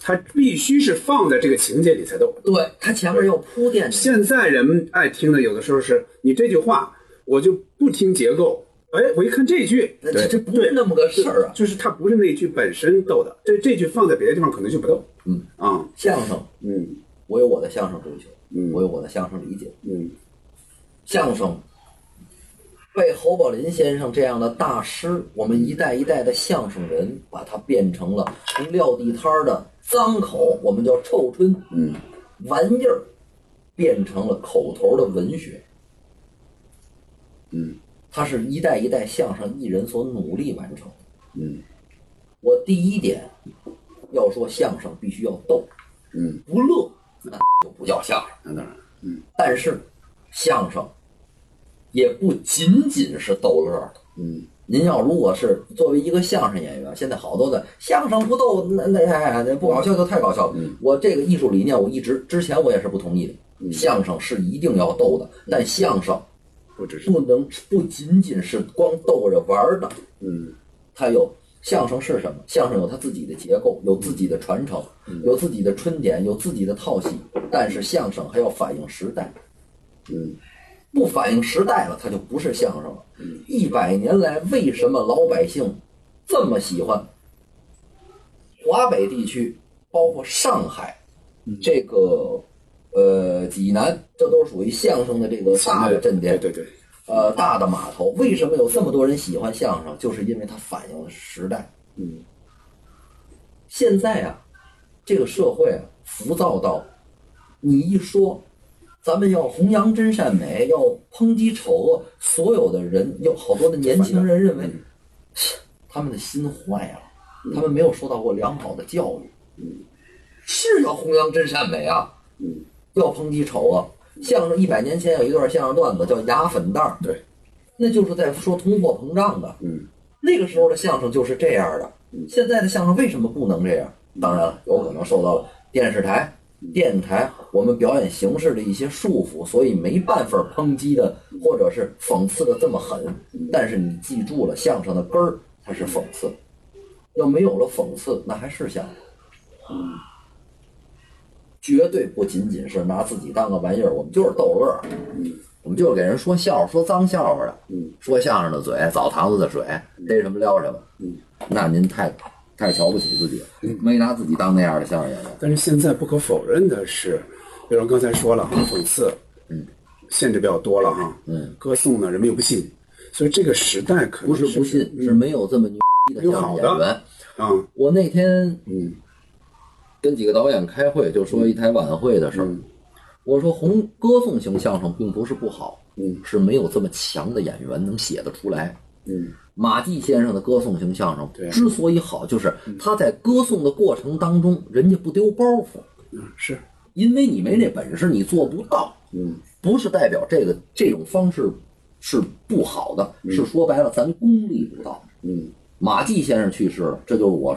它必须是放在这个情节里才逗。
对，他前面要铺垫的。
现在人们爱听的，有的时候是你这句话，我就不听结构。哎，我一看这一句，
那这这不是那么个事儿啊！
就是它不是那句本身逗的，这这句放在别的地方可能就不逗。
嗯
啊，
相声，
嗯
我有我的相声追求，
嗯
我有我的相声理解。
嗯
相声被侯宝林先生这样的大师，我们一代一代的相声人把它变成了从撂地摊儿的脏口，我们叫臭春
嗯
玩意儿，变成了口头的文学。
嗯
它是一代一代相声艺人所努力完成的。
嗯
我第一点要说相声必须要逗，
嗯，
不乐那就不叫相声。
那当然，
嗯
但是，相声也不仅仅是逗乐儿的。
嗯
您要如果是作为一个相声演员，现在好多的相声不逗，那那那那不搞笑就太搞笑了。我这个艺术理念，我一直之前我也是不同意的。相声是一定要逗的，但相声
不只是
不能不仅仅是光逗着玩儿的，
嗯
它有相声是什么？相声有它自己的结构，
嗯
有自己的传承，有自己的春点，有自己的套系。但是相声还要反映时代，
嗯
不反映时代了，它就不是相声了。
嗯
一百年来，为什么老百姓这么喜欢华北地区，包括上海
嗯
这个呃济南，这都属于相声的这个大的阵地，
啊对对对，
呃大的码头。为什么有这么多人喜欢相声？就是因为它反映了时代。
嗯
现在啊，这个社会啊，浮躁到你一说，咱们要弘扬真善美，要抨击丑恶，所有的人有好多的年轻人认为，他们的心坏了，他们没有受到过良好的教育，是要弘扬真善美啊，要抨击丑恶。相声一百年前有一段相声段子叫“牙粉蛋儿”，
对，
那就是在说通货膨胀的。
嗯
那个时候的相声就是这样的。现在的相声为什么不能这样？当然了，有可能受到了电视台、电影台我们表演形式的一些束缚，所以没办法抨击的或者是讽刺的这么狠。但是你记住了，相声的根儿它是讽刺，要没有了讽刺，那还是相声。绝对不仅仅是拿自己当个玩意儿，我们就是逗乐儿，我们就是给人说笑话、说脏笑话的，说相声的嘴，澡堂子的水，逮什么撩什么。那您太太瞧不起自己了，没拿自己当那样的相声演员。
但是现在不可否认的是，比如刚才说了哈，讽刺，
嗯，
限制比较多了哈，
嗯，
歌颂呢人们又不信，所以这个时代可能
不是不信，是没有这么牛逼的相声演
有好
员
的。啊，嗯
我那天嗯，跟几个导演开会，就说一台晚会的事儿。我说红歌颂型相声并不是不好，嗯，是没有这么强的演员能写得出来。
嗯
马季先生的歌颂型相
对
声之所以好，就是他在歌颂的过程当中，人家不丢包袱，
是
因为你没那本事，你做不到。
嗯
不是代表这个这种方式是不好的，是说白了咱功力不到。
嗯
马季先生去世了，这就是我。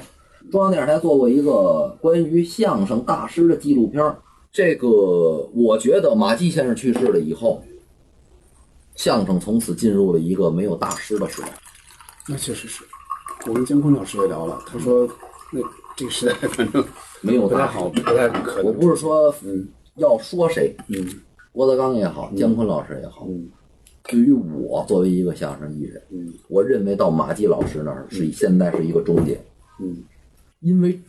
中央电视台做过一个关于相声大师的纪录片儿，这个我觉得马季先生去世了以后，相声从此进入了一个没有大师的时代。
那确实是。我跟姜昆老师也聊了，他说那这个时代反正
没有
不太
大
好，不太可能。
我不是说要说谁，
嗯
郭德纲也好，姜昆老师也好，
嗯
对于我作为一个相声艺人，
嗯
我认为到马季老师那儿是以现在是一个终点，
嗯
因为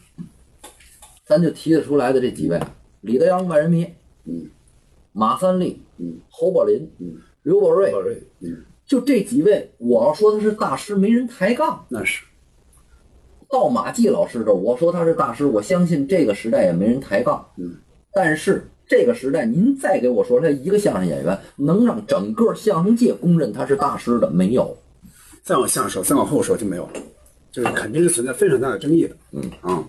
咱就提得出来的这几位，李德阳、万人迷，
嗯
马三立，
嗯
侯宝林，
嗯
刘宝瑞，
宝瑞
就这几位，我要说他是大师，没人抬杠。
那是
到马季老师这儿，我说他是大师，我相信这个时代也没人抬杠。
嗯，
但是这个时代，您再给我说他一个相声演员能让整个相声界公认他是大师的，没有。
再往下说，再往后说就没有了，就是肯定是存在非常大的争议的。嗯啊，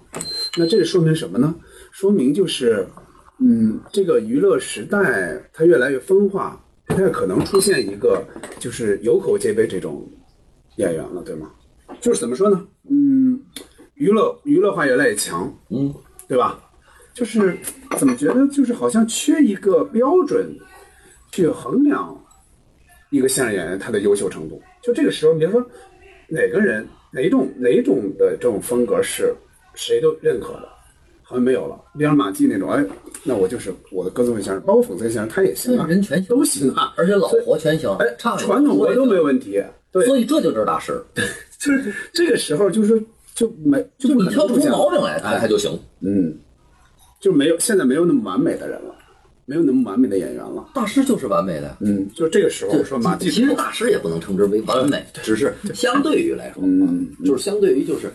那这说明什么呢？说明就是，嗯，这个娱乐时代它越来越分化，不太可能出现一个就是有口皆碑这种演员了，对吗？就是怎么说呢？嗯，娱乐娱乐化越来越强，
嗯，
对吧？就是怎么觉得就是好像缺一个标准去衡量一个相声演员他的优秀程度。就这个时候，你别说哪个人哪种哪种的这种风格是谁都认可的，好像没有了。比方马季那种，哎，那我就是我的歌颂相声，包括讽刺相声，他也行啊，
人全行
都行啊，
而且老活全行，
哎，
唱也
传统
说
我
也
都
行
没有问题。对，
所以这就是大师，
就是这个时候就是就没就
就
不
你
可能
挑不
出
出
现了
毛病来，他
哎
他就行。
嗯，就没有现在没有那么完美的人了，没有那么完美的演员了。
大师就是完美的。
嗯，就这个时候说马季，
其实大师也不能称之为完美，只是相对于来说，啊
嗯，
就是相对于就是，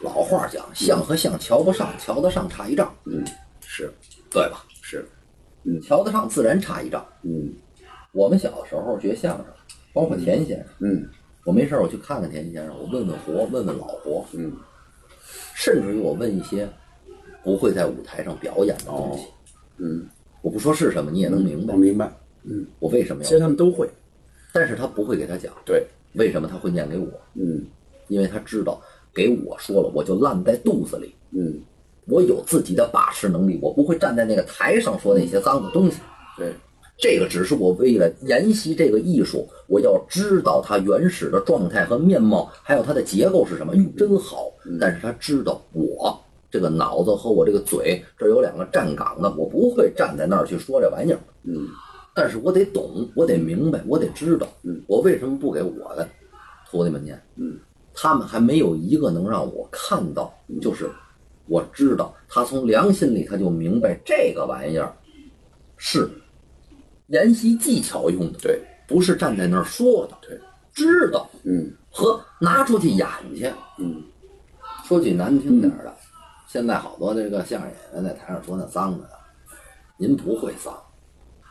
老话讲，相和相瞧不上，瞧得上差一丈，
是
对吧？
嗯是，
瞧得上自然差一丈。
嗯
我们小的时候学相声，包括田先生，
嗯
我没事儿我去看看田先生，我问问活，问问老活，
嗯，
甚至于我问一些不会在舞台上表演的东西，嗯，我不说是什么，你也能明白。
我明白，嗯，
我为什么要？
其实他们都会，
但是他不会给他讲。
对，
为什么他会念给我？
嗯
因为他知道给我说了，我就烂在肚子里。
嗯，
我有自己的把持能力，我不会站在那个台上说那些脏的东西。
对，
这个只是我为了研习这个艺术，我要知道它原始的状态和面貌，还有它的结构是什么。哟，真好！但是他知道我这个脑子和我这个嘴这儿有两个站岗的，我不会站在那儿去说这玩意儿。
嗯
但是我得懂，我得明白，我得知道，
嗯
我为什么不给我的徒弟们念？
嗯，
他们还没有一个能让我看到，就是我知道他从良心里他就明白这个玩意儿是研习技巧用的，
对，
不是站在那儿说的，对，知道
嗯
和拿出去演去。
嗯，
说句难听点儿的，现在好多这个相声演员在台上说那脏的，啊您不会脏，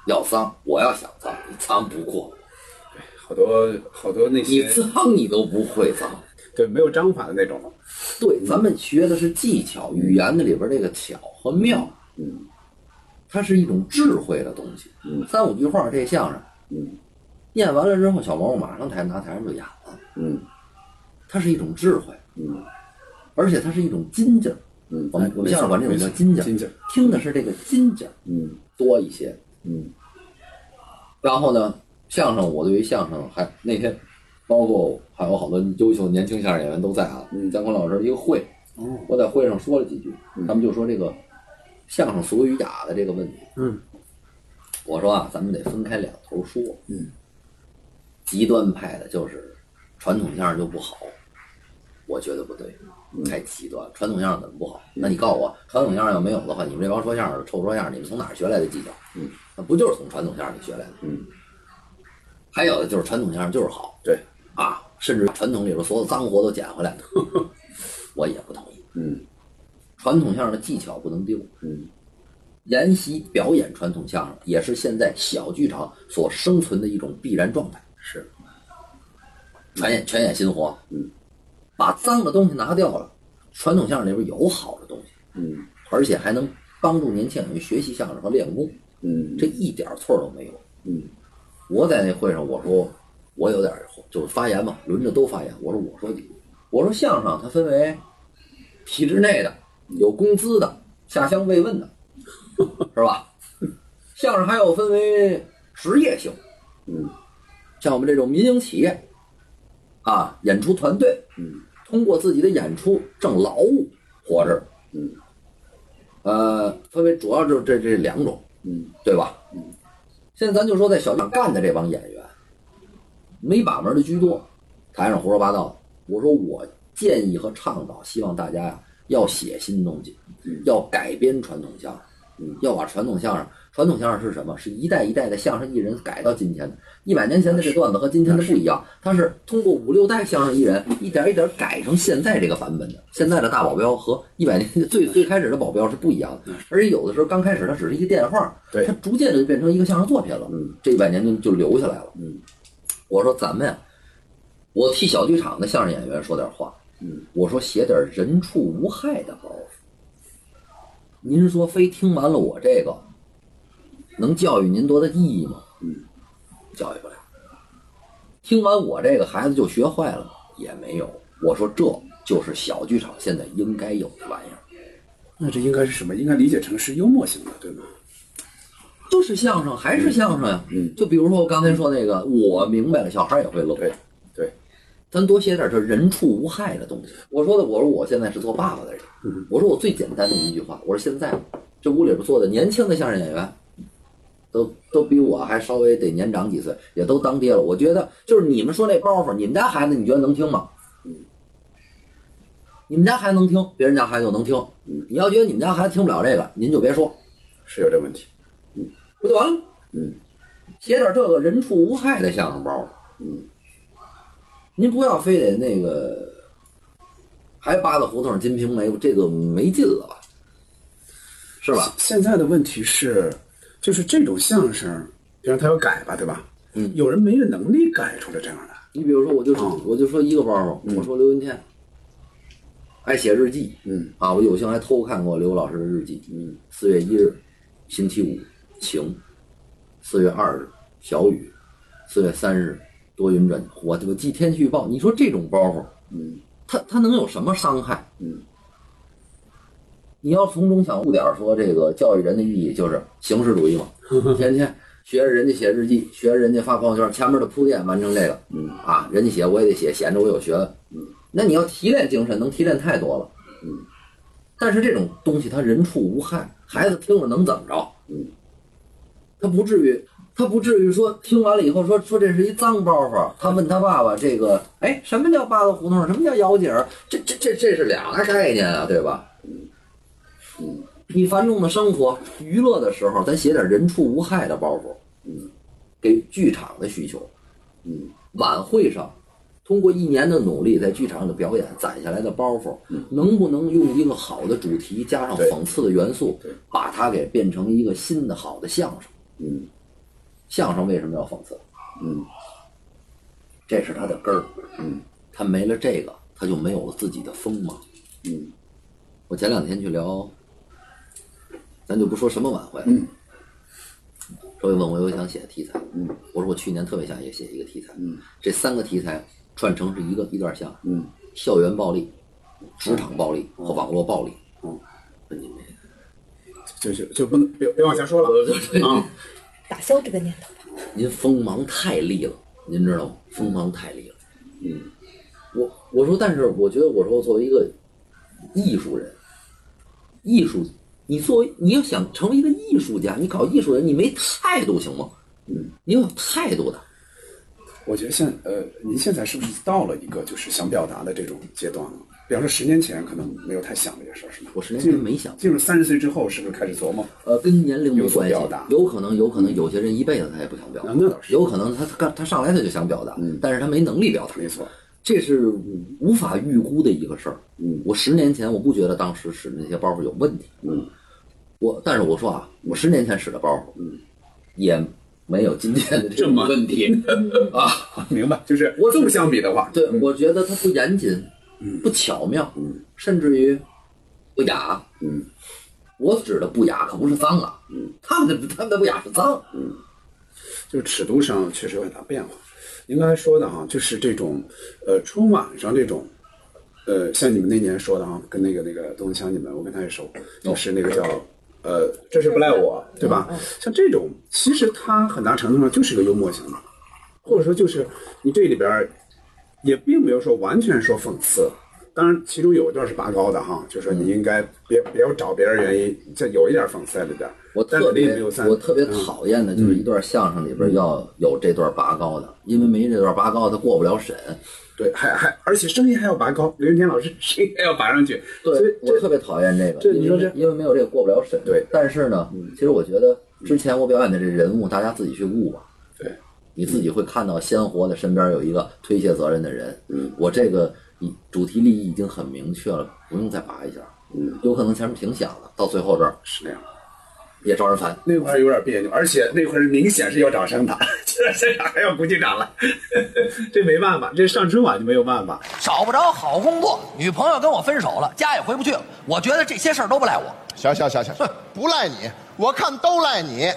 要脏我要想脏，你脏不过，
好多好多那
你
些
脏你都不会脏。
嗯
对没有章法的那种，
对，咱们学的是技巧，语言的里边这个巧和妙，
嗯
它是一种智慧的东西。
嗯
三五句话这相声
嗯
念完了之后，小毛马上台拿台上就演了，
嗯
它是一种智慧，
嗯
而且它是一种筋劲儿。
嗯
我们我们相声管这种叫筋劲儿，
筋劲儿
听的是这个筋劲儿
嗯
多一些。
嗯
然后呢，相声我对于相声还那天，包括还有好多优秀年轻相声演员都在啊。
嗯哦
姜昆老师一个会，我在会上说了几句，他们就说这个相声俗与雅的这个问题。
嗯，
我说啊，咱们得分开两头说。
嗯，
极端派的就是传统相声就不好，我觉得不对，
嗯
太极端。传统相声怎么不好？那你告诉我，传统相声要没有的话，你们这帮说相声的臭说相声，你们从哪儿学来的技巧？
嗯，
那不就是从传统相声里学来的？
嗯，
还有的就是传统相声就是好，
对
啊，甚至传统里边所有脏活都捡回来的，我也不同意。
嗯
传统相声的技巧不能丢，
嗯
沿袭表演传统相声也是现在小剧场所生存的一种必然状态。
是，
全演全演新活，
嗯，
把脏的东西拿掉了，传统相声里边有好的东西，
嗯
而且还能帮助年轻演员学习相声和练功，
嗯
这一点错儿都没有。
嗯
我在那会上我说我有点儿就是发言嘛，轮着都发言。我说我说几句，我说相声它分为体制内的、有工资的、下乡慰问的， 是吧？相声还有分为职业性，
嗯
像我们这种民营企业啊，演出团队
嗯
通过自己的演出挣劳务活着，
嗯
呃，分为主要就是这这两种。
嗯
对吧？嗯，现在咱就说在小剧场干的这帮演员，没把门的居多，台上胡说八道。我说我建议和倡导，希望大家呀要写新东西，要改编传统相声，
嗯
要把传统相声，传统相声是什么？是一代一代的相声艺人改到今天的。一百年前的这段子和今天的不一样，它是通过五六代相声艺人一点一点改成现在这个版本的。现在的大保镖和一百年前最最开始的保镖是不一样
嗯
的，而且有的时候刚开始它只是一个电话，
对
它逐渐的就变成一个相声作品了。
嗯，
这一百年就就留下来了。
嗯，
我说咱们呀，我替小剧场的相声演员说点话。
嗯，
我说写点人畜无害的包袱。您说非听完了我这个，能教育您多大意义吗？
嗯，
教育不了。听完我这个，孩子就学坏了吗也没有。我说这就是小剧场现在应该有的玩意儿，
那这应该是什么？应该理解成是幽默型的，对吗？
就是相声，还是相声呀。
嗯
就比如说我刚才说那个，我明白了，小孩也会乐。
对对，
咱多写点这人畜无害的东西。我说的，我说我现在是做爸爸的人，我说我最简单的一句话，我说现在这屋里边坐的年轻的相声演员，都都比我还稍微得年长几岁，也都当爹了。我觉得就是你们说那包袱，你们家孩子你觉得能听吗？你们家孩子能听，别人家孩子就能听。你要觉得你们家孩子听不了这个，您就别说，
是有这问题。
不就完了？
嗯，
写点这个人畜无害的相声包袱。
嗯，
您不要非得那个，还八大胡同、金瓶梅，这个没劲了吧？是吧？
现在的问题是，就是这种相声，比方他要改吧，对吧？
嗯
有人没这能力改出来这样的。
你比如说，我就说
嗯
我就说一个包袱，我说刘云天爱写日记，
嗯
啊，我有幸还偷看过刘老师的日记，
嗯
四月一日，星期五晴，四月二日小雨，四月三日多云转。我我记天气预报，你说这种包袱，
嗯
它它能有什么伤害？
嗯
你要从中想悟点儿说，这个教育人的意义就是形式主义嘛，天天学着人家写日记，学着人家发朋友圈，前面的铺垫完成这个，
嗯
啊，人家写我也得写，显着我有学问。
嗯，
那你要提炼精神，能提炼太多了。
嗯，
但是这种东西它人畜无害，孩子听了能怎么着？
嗯，
他不至于，他不至于说听完了以后说说这是一脏包袱。他问他爸爸这个，哎，什么叫八个胡同？什么叫窑井？这这这这是两个概念啊，对吧？
嗯
你繁重的生活、娱乐的时候，咱写点人畜无害的包袱，
嗯
给剧场的需求。
嗯
晚会上，通过一年的努力，在剧场里表演攒下来的包袱，能不能用一个好的主题加上
嗯对
讽刺的元素
对，
把它给变成一个新的好的相声？
嗯
相声为什么要讽刺？
嗯
这是它的根儿。
嗯，
它没了这个，它就没有了自己的锋芒。
嗯
我前两天去聊，咱就不说什么晚会了。
嗯
稍微问我有想写的题材，
嗯
我说我去年特别想也写一个题材，
嗯
这三个题材串成是一个一段相声，
嗯
校园暴力、职场暴力和网络暴力。
嗯，
那你们
就就就不能别别往下说了啊！
打消这个念头吧。
您锋芒太利了，您知道吗？锋芒太利了。
嗯
我我说，但是我觉得，我说作为一个艺术人，艺术，你作为你要想成为一个艺术家，你搞艺术人，你没态度行吗？
嗯，
你要有态度的。
我觉得现呃，您现在是不是到了一个就是想表达的这种阶段了？比方说十年前可能没有太想这件事儿，是吗？
我十年前
进入
没想
进入三十岁之后是不是开始琢磨？
呃，跟年龄没
有所
关系
表达，
有可能，有可能有些人一辈子他也不想表达
啊，那倒是
有可能他他刚他上来他就想表达，
嗯
但是他没能力表达，
没错，
这是无法预估的一个事儿。
嗯
我十年前我不觉得当时使的那些包袱有问题，
嗯
我但是我说啊，我十年前使的包袱，
嗯，
也没有今天的种
这么嗯
问 题啊。
明白，就是
我
纵相比的话，
对，我觉得它不严谨，
嗯
不巧妙，甚至于不雅。
嗯
我指的不雅可不是脏啊，
嗯
他们的他们的不雅是脏，
就是尺度上确实有很大变化。您刚才说的哈、就是这种，呃，春晚上这种，呃，像你们那年说的哈、跟那个那个东强你们，我跟他也
哦
熟，就是那个叫，呃，这事不赖我，对吧？
嗯
像这种，其实它很大程度上就是个幽默型的，或者说就是你这里边儿也并没有说完全说讽刺。当然，其中有一段是拔高的哈，就说你
嗯
应该别别找别人原因，这有一点讽刺在里边儿。
我
但
特
肯定
别
没有三
我特别
嗯
讨厌的就是一段相声里边要有这段拔高的，因为没这段拔高，他过不了审。
对，还还而且声音还要拔高，刘云天老师声音还要拔上去，所以
对，我特别讨厌这个，
这
因为
你说这
因为没有这个过不了审。
对嗯
但是呢，其实我觉得之前我表演的这人物，大家自己去悟吧。
对，
你自己会看到鲜活的身边有一个推卸责任的人。嗯，我这个已主题利益已经很明确了，不用再拔一下。
嗯，
有可能前面挺想的，到最后这儿
是那样。
也招人烦。
那块儿有点别扭，而且那块儿明显是要掌声的， 现在现场还要鼓起掌来， 这没办法，这上春晚就没有办法。
找不着好工作，女朋友跟我分手了，家也回不去了。我觉得这些事儿都不赖我。
行行行行， 不赖你，我看都赖你。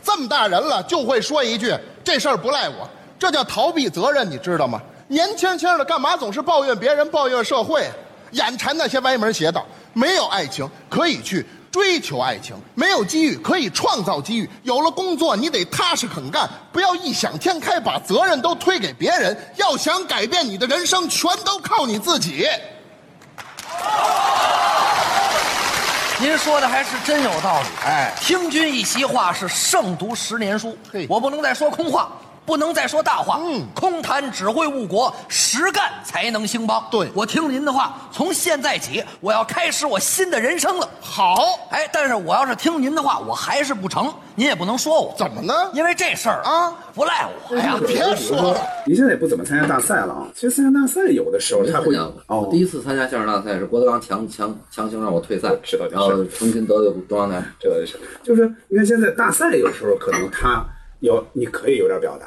这么大人了，就会说一句这事儿不赖我，这叫逃避责任，你知道吗？年轻轻的干嘛总是抱怨别人、抱怨社会，啊眼馋那些歪门邪道？没有爱情可以去追求爱情，没有机遇可以创造机遇。有了工作，你得踏实肯干，不要异想天开，把责任都推给别人。要想改变你的人生，全都靠你自己。
您说的还是真有道理。
哎
听君一席话是胜读十年书。
嘿
我不能再说空话，不能再说大话。
嗯
空谈只会误国，实干才能兴邦。
对
我听您的话，从现在起我要开始我新的人生了。
好，
哎，但是我要是听您的话，我还是不成，您也不能说我
怎么呢？
因为这事儿
啊
不赖我呀。
别说了。
您现在也不怎么参加大赛了啊，其实参加大赛有的时候他
参
会
加过，
哦
我，第一次参加相声大赛是郭德纲强强强行让我退赛
我知道，这
然
个事儿
后重新得罪中央台。
这个是，就是你看现在大赛有时候可能他有你可以有点表达，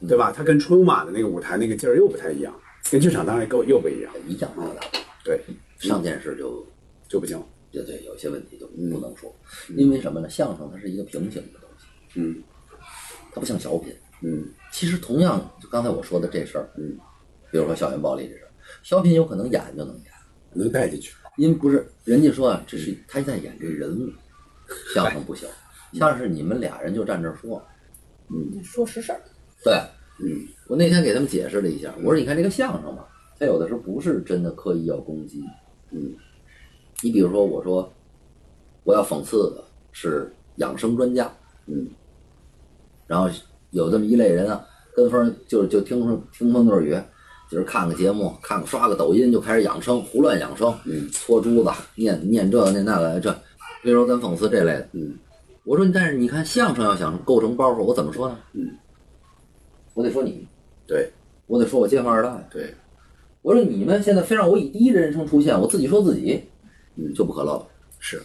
嗯
对吧？他跟春晚的那个舞台那个劲儿又不太一样，跟剧场当然跟我又不一样，
一样的，
对，
上电视就
就不行。
对对，有些问题就
嗯
不能说，因为什么呢？相声它是一个平行的东西，
嗯，
它不像小品，
嗯，
其实同样就刚才我说的这事儿，
嗯，
比如说校园暴力这事儿，小品有可能演就能演，
能带进去，
因为不是人家说啊，这是他在演这人物，相声不行，相声是你们俩人就站这儿说，
哎嗯，说实事儿，
对，
嗯，
我那天给他们解释了一下，我说你看这个相声吧，它有的时候不是真的刻意要攻击，
嗯，
你比如说我说我要讽刺的是养生专家，
嗯，
然后有这么一类人啊，跟风就就听风听风就是雨，就是看个节目，看个刷个抖音就开始养生，胡乱养生，
嗯，
搓珠子，念念这个念那个这，比如说咱讽刺这类的，
嗯，
我说但是你看相声要想构成包袱，我怎么说呢？
嗯，
我得说你，
对
我得说我街坊二代，
对，
我说你们现在非让我以第一人称出现，我自己说自己，
嗯
就不可乐了。
是，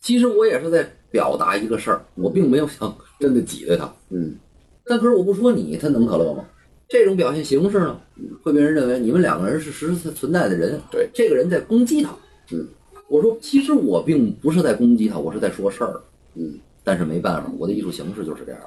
其实我也是在表达一个事儿，我并没有想真的挤兑他，
嗯
但可是我不说你，他能可乐吗？这种表现形式呢，会被人认为你们两个人是实实在存在的人，
对
这个人在攻击他。
嗯
我说，其实我并不是在攻击他，我是在说事儿，
嗯，
但是没办法，我的艺术形式就是这样。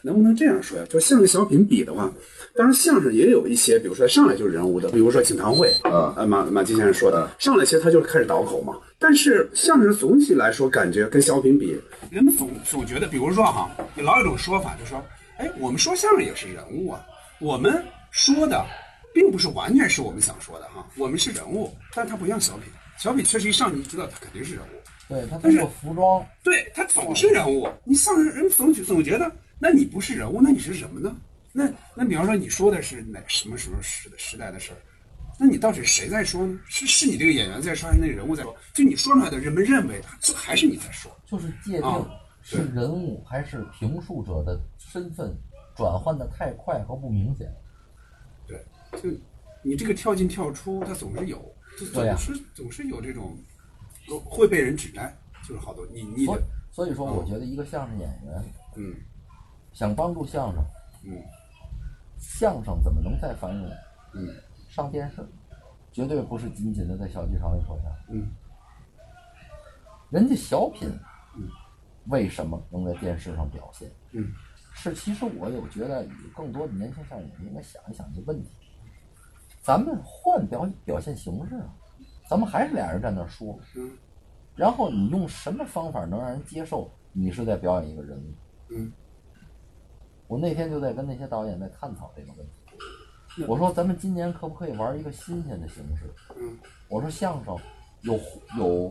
能不能这样说呀？就相声小品比的话，当然相声也有一些，比如说上来就是人物的，比如说请堂会，
啊
嗯
呃，马马季先生说的，上来其实他就是开始倒口嘛。但是相声总体来说，感觉跟小品比，人们总总觉得，比如说哈，老有一种说法，就说，哎，我们说相声也是人物啊，我们说的并不是完全是我们想说的哈，我们是人物，但它不像小品，小品确实一上你知道它肯定是人物。
对他
但是
服装，
对他总是人物，你像人总觉总觉得，那你不是人物，那你是什么呢？那那比方说你说的是哪什么什么时时代的事儿，那你到底是谁在说呢？是是你这个演员在说，还是那个人物在说？就你说出来的，人们认为就还是你在说。
就是界
啊
定是人物还是评述者的身份转换的太快和不明显。
对，就你这个跳进跳出，它总是有，就
对呀
总是、总是有这种会被人指摘，就是好多你你
所以
的
所以说，我觉得一个相声演员
嗯
想帮助相声，
嗯
相声怎么能再繁荣？
嗯
上电视，绝对不是仅仅的在小剧场里说相声。
嗯，
人家小品，为什么能在电视上表现？
嗯，
是其实我有觉得，更多的年轻相声演员应该想一想这问题。咱们换表表现形式啊，咱们还是俩人站那儿说，
嗯
然后你用什么方法能让人接受你是在表演一个人物？
嗯，
我那天就在跟那些导演在探讨这个问题。我说咱们今年可不可以玩一个新鲜的形式？
嗯，
我说相声有有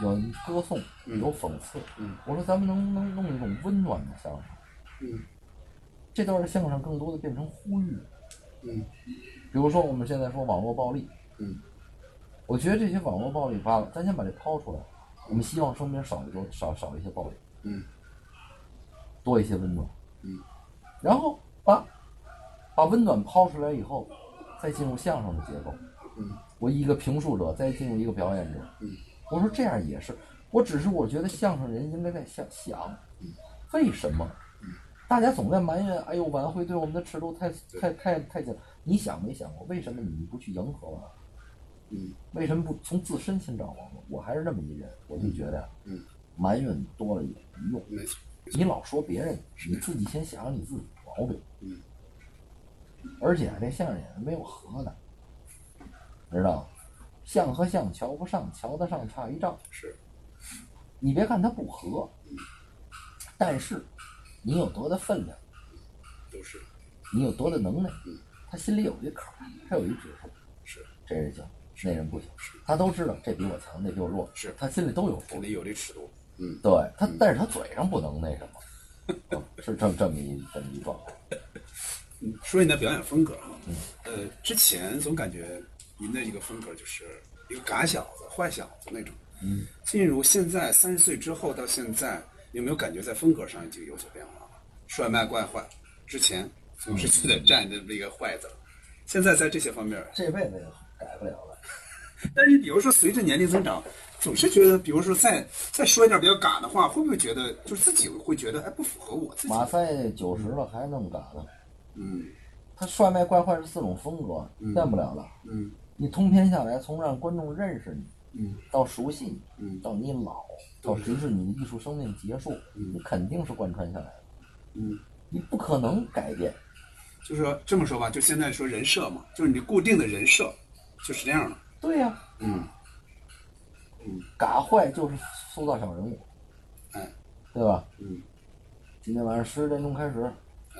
有歌颂，
嗯
有讽刺。
嗯，
我说咱们能不能弄一种温暖的相声？
嗯
这段的相声更多的变成呼吁。
嗯
比如说我们现在说网络暴力，
嗯，
我觉得这些网络暴力吧，咱先把这抛出来，我们希望身边少一多少少一些暴力，
嗯
多一些温暖，
嗯，
然后把把温暖抛出来以后，再进入相声的结构，
嗯，
我一个评述者，再进入一个表演者，
嗯，
我说这样也是，我只是我觉得相声人应该在想想，
嗯
为什么？大家总在埋怨，哎呦，晚会对我们的尺度太太太太紧。你想没想过，为什么你不去迎合晚会？
嗯
为什么不从自身先找王呢？我还是那么一人，我就觉得，
嗯嗯，
埋怨多了也没用。
没错
你老说别人，你自己先想想你自己的毛病。
嗯，
而且啊这相声演员没有和的，知道吗？相和相瞧不上，瞧得上差一丈。
是
你别看它不和，
嗯
但是你有多大分量，
都是
你有多大能耐
嗯，
他心里有一坎儿，他有一指数。
是
这人行，那人不行，他都知道这比我强，那比我弱，
是
他心里都有
肯
数。
定有这尺度，嗯
对他，但是他嘴上不能那什么，嗯 是这么这么一这么一状态。
说你的表演风格哈，呃，之前总感觉您的一个风格就是一个嘎小子、坏小子那种。嗯，进入现在三十岁之后到现在，有没有感觉在风格上已经有所变化了？帅卖怪坏，之前总是觉得站着那个坏字儿，现在在这些方面儿，
这辈子改不了了。
但是比如说随着年龄增长，总是觉得，比如说再再说一点比较嘎的话，会不会觉得就是自己会觉得哎不符合我自己？
马赛九十了还那么嘎呢，
嗯
他帅卖怪坏是四种风格，变不了了。
嗯
你通篇下来，从让观众认识你，嗯，到熟悉，嗯，到你老，到直至你的艺术生命结束，你肯定是贯穿下来的，
嗯，
你不可能改变。
就是说这么说吧，就现在说人设嘛，就是你固定的人设，就是这样的。
对呀、
嗯
嗯，嘎坏就是塑造小人物，
哎，
对吧？
嗯，
今天晚上十点钟开始，
啊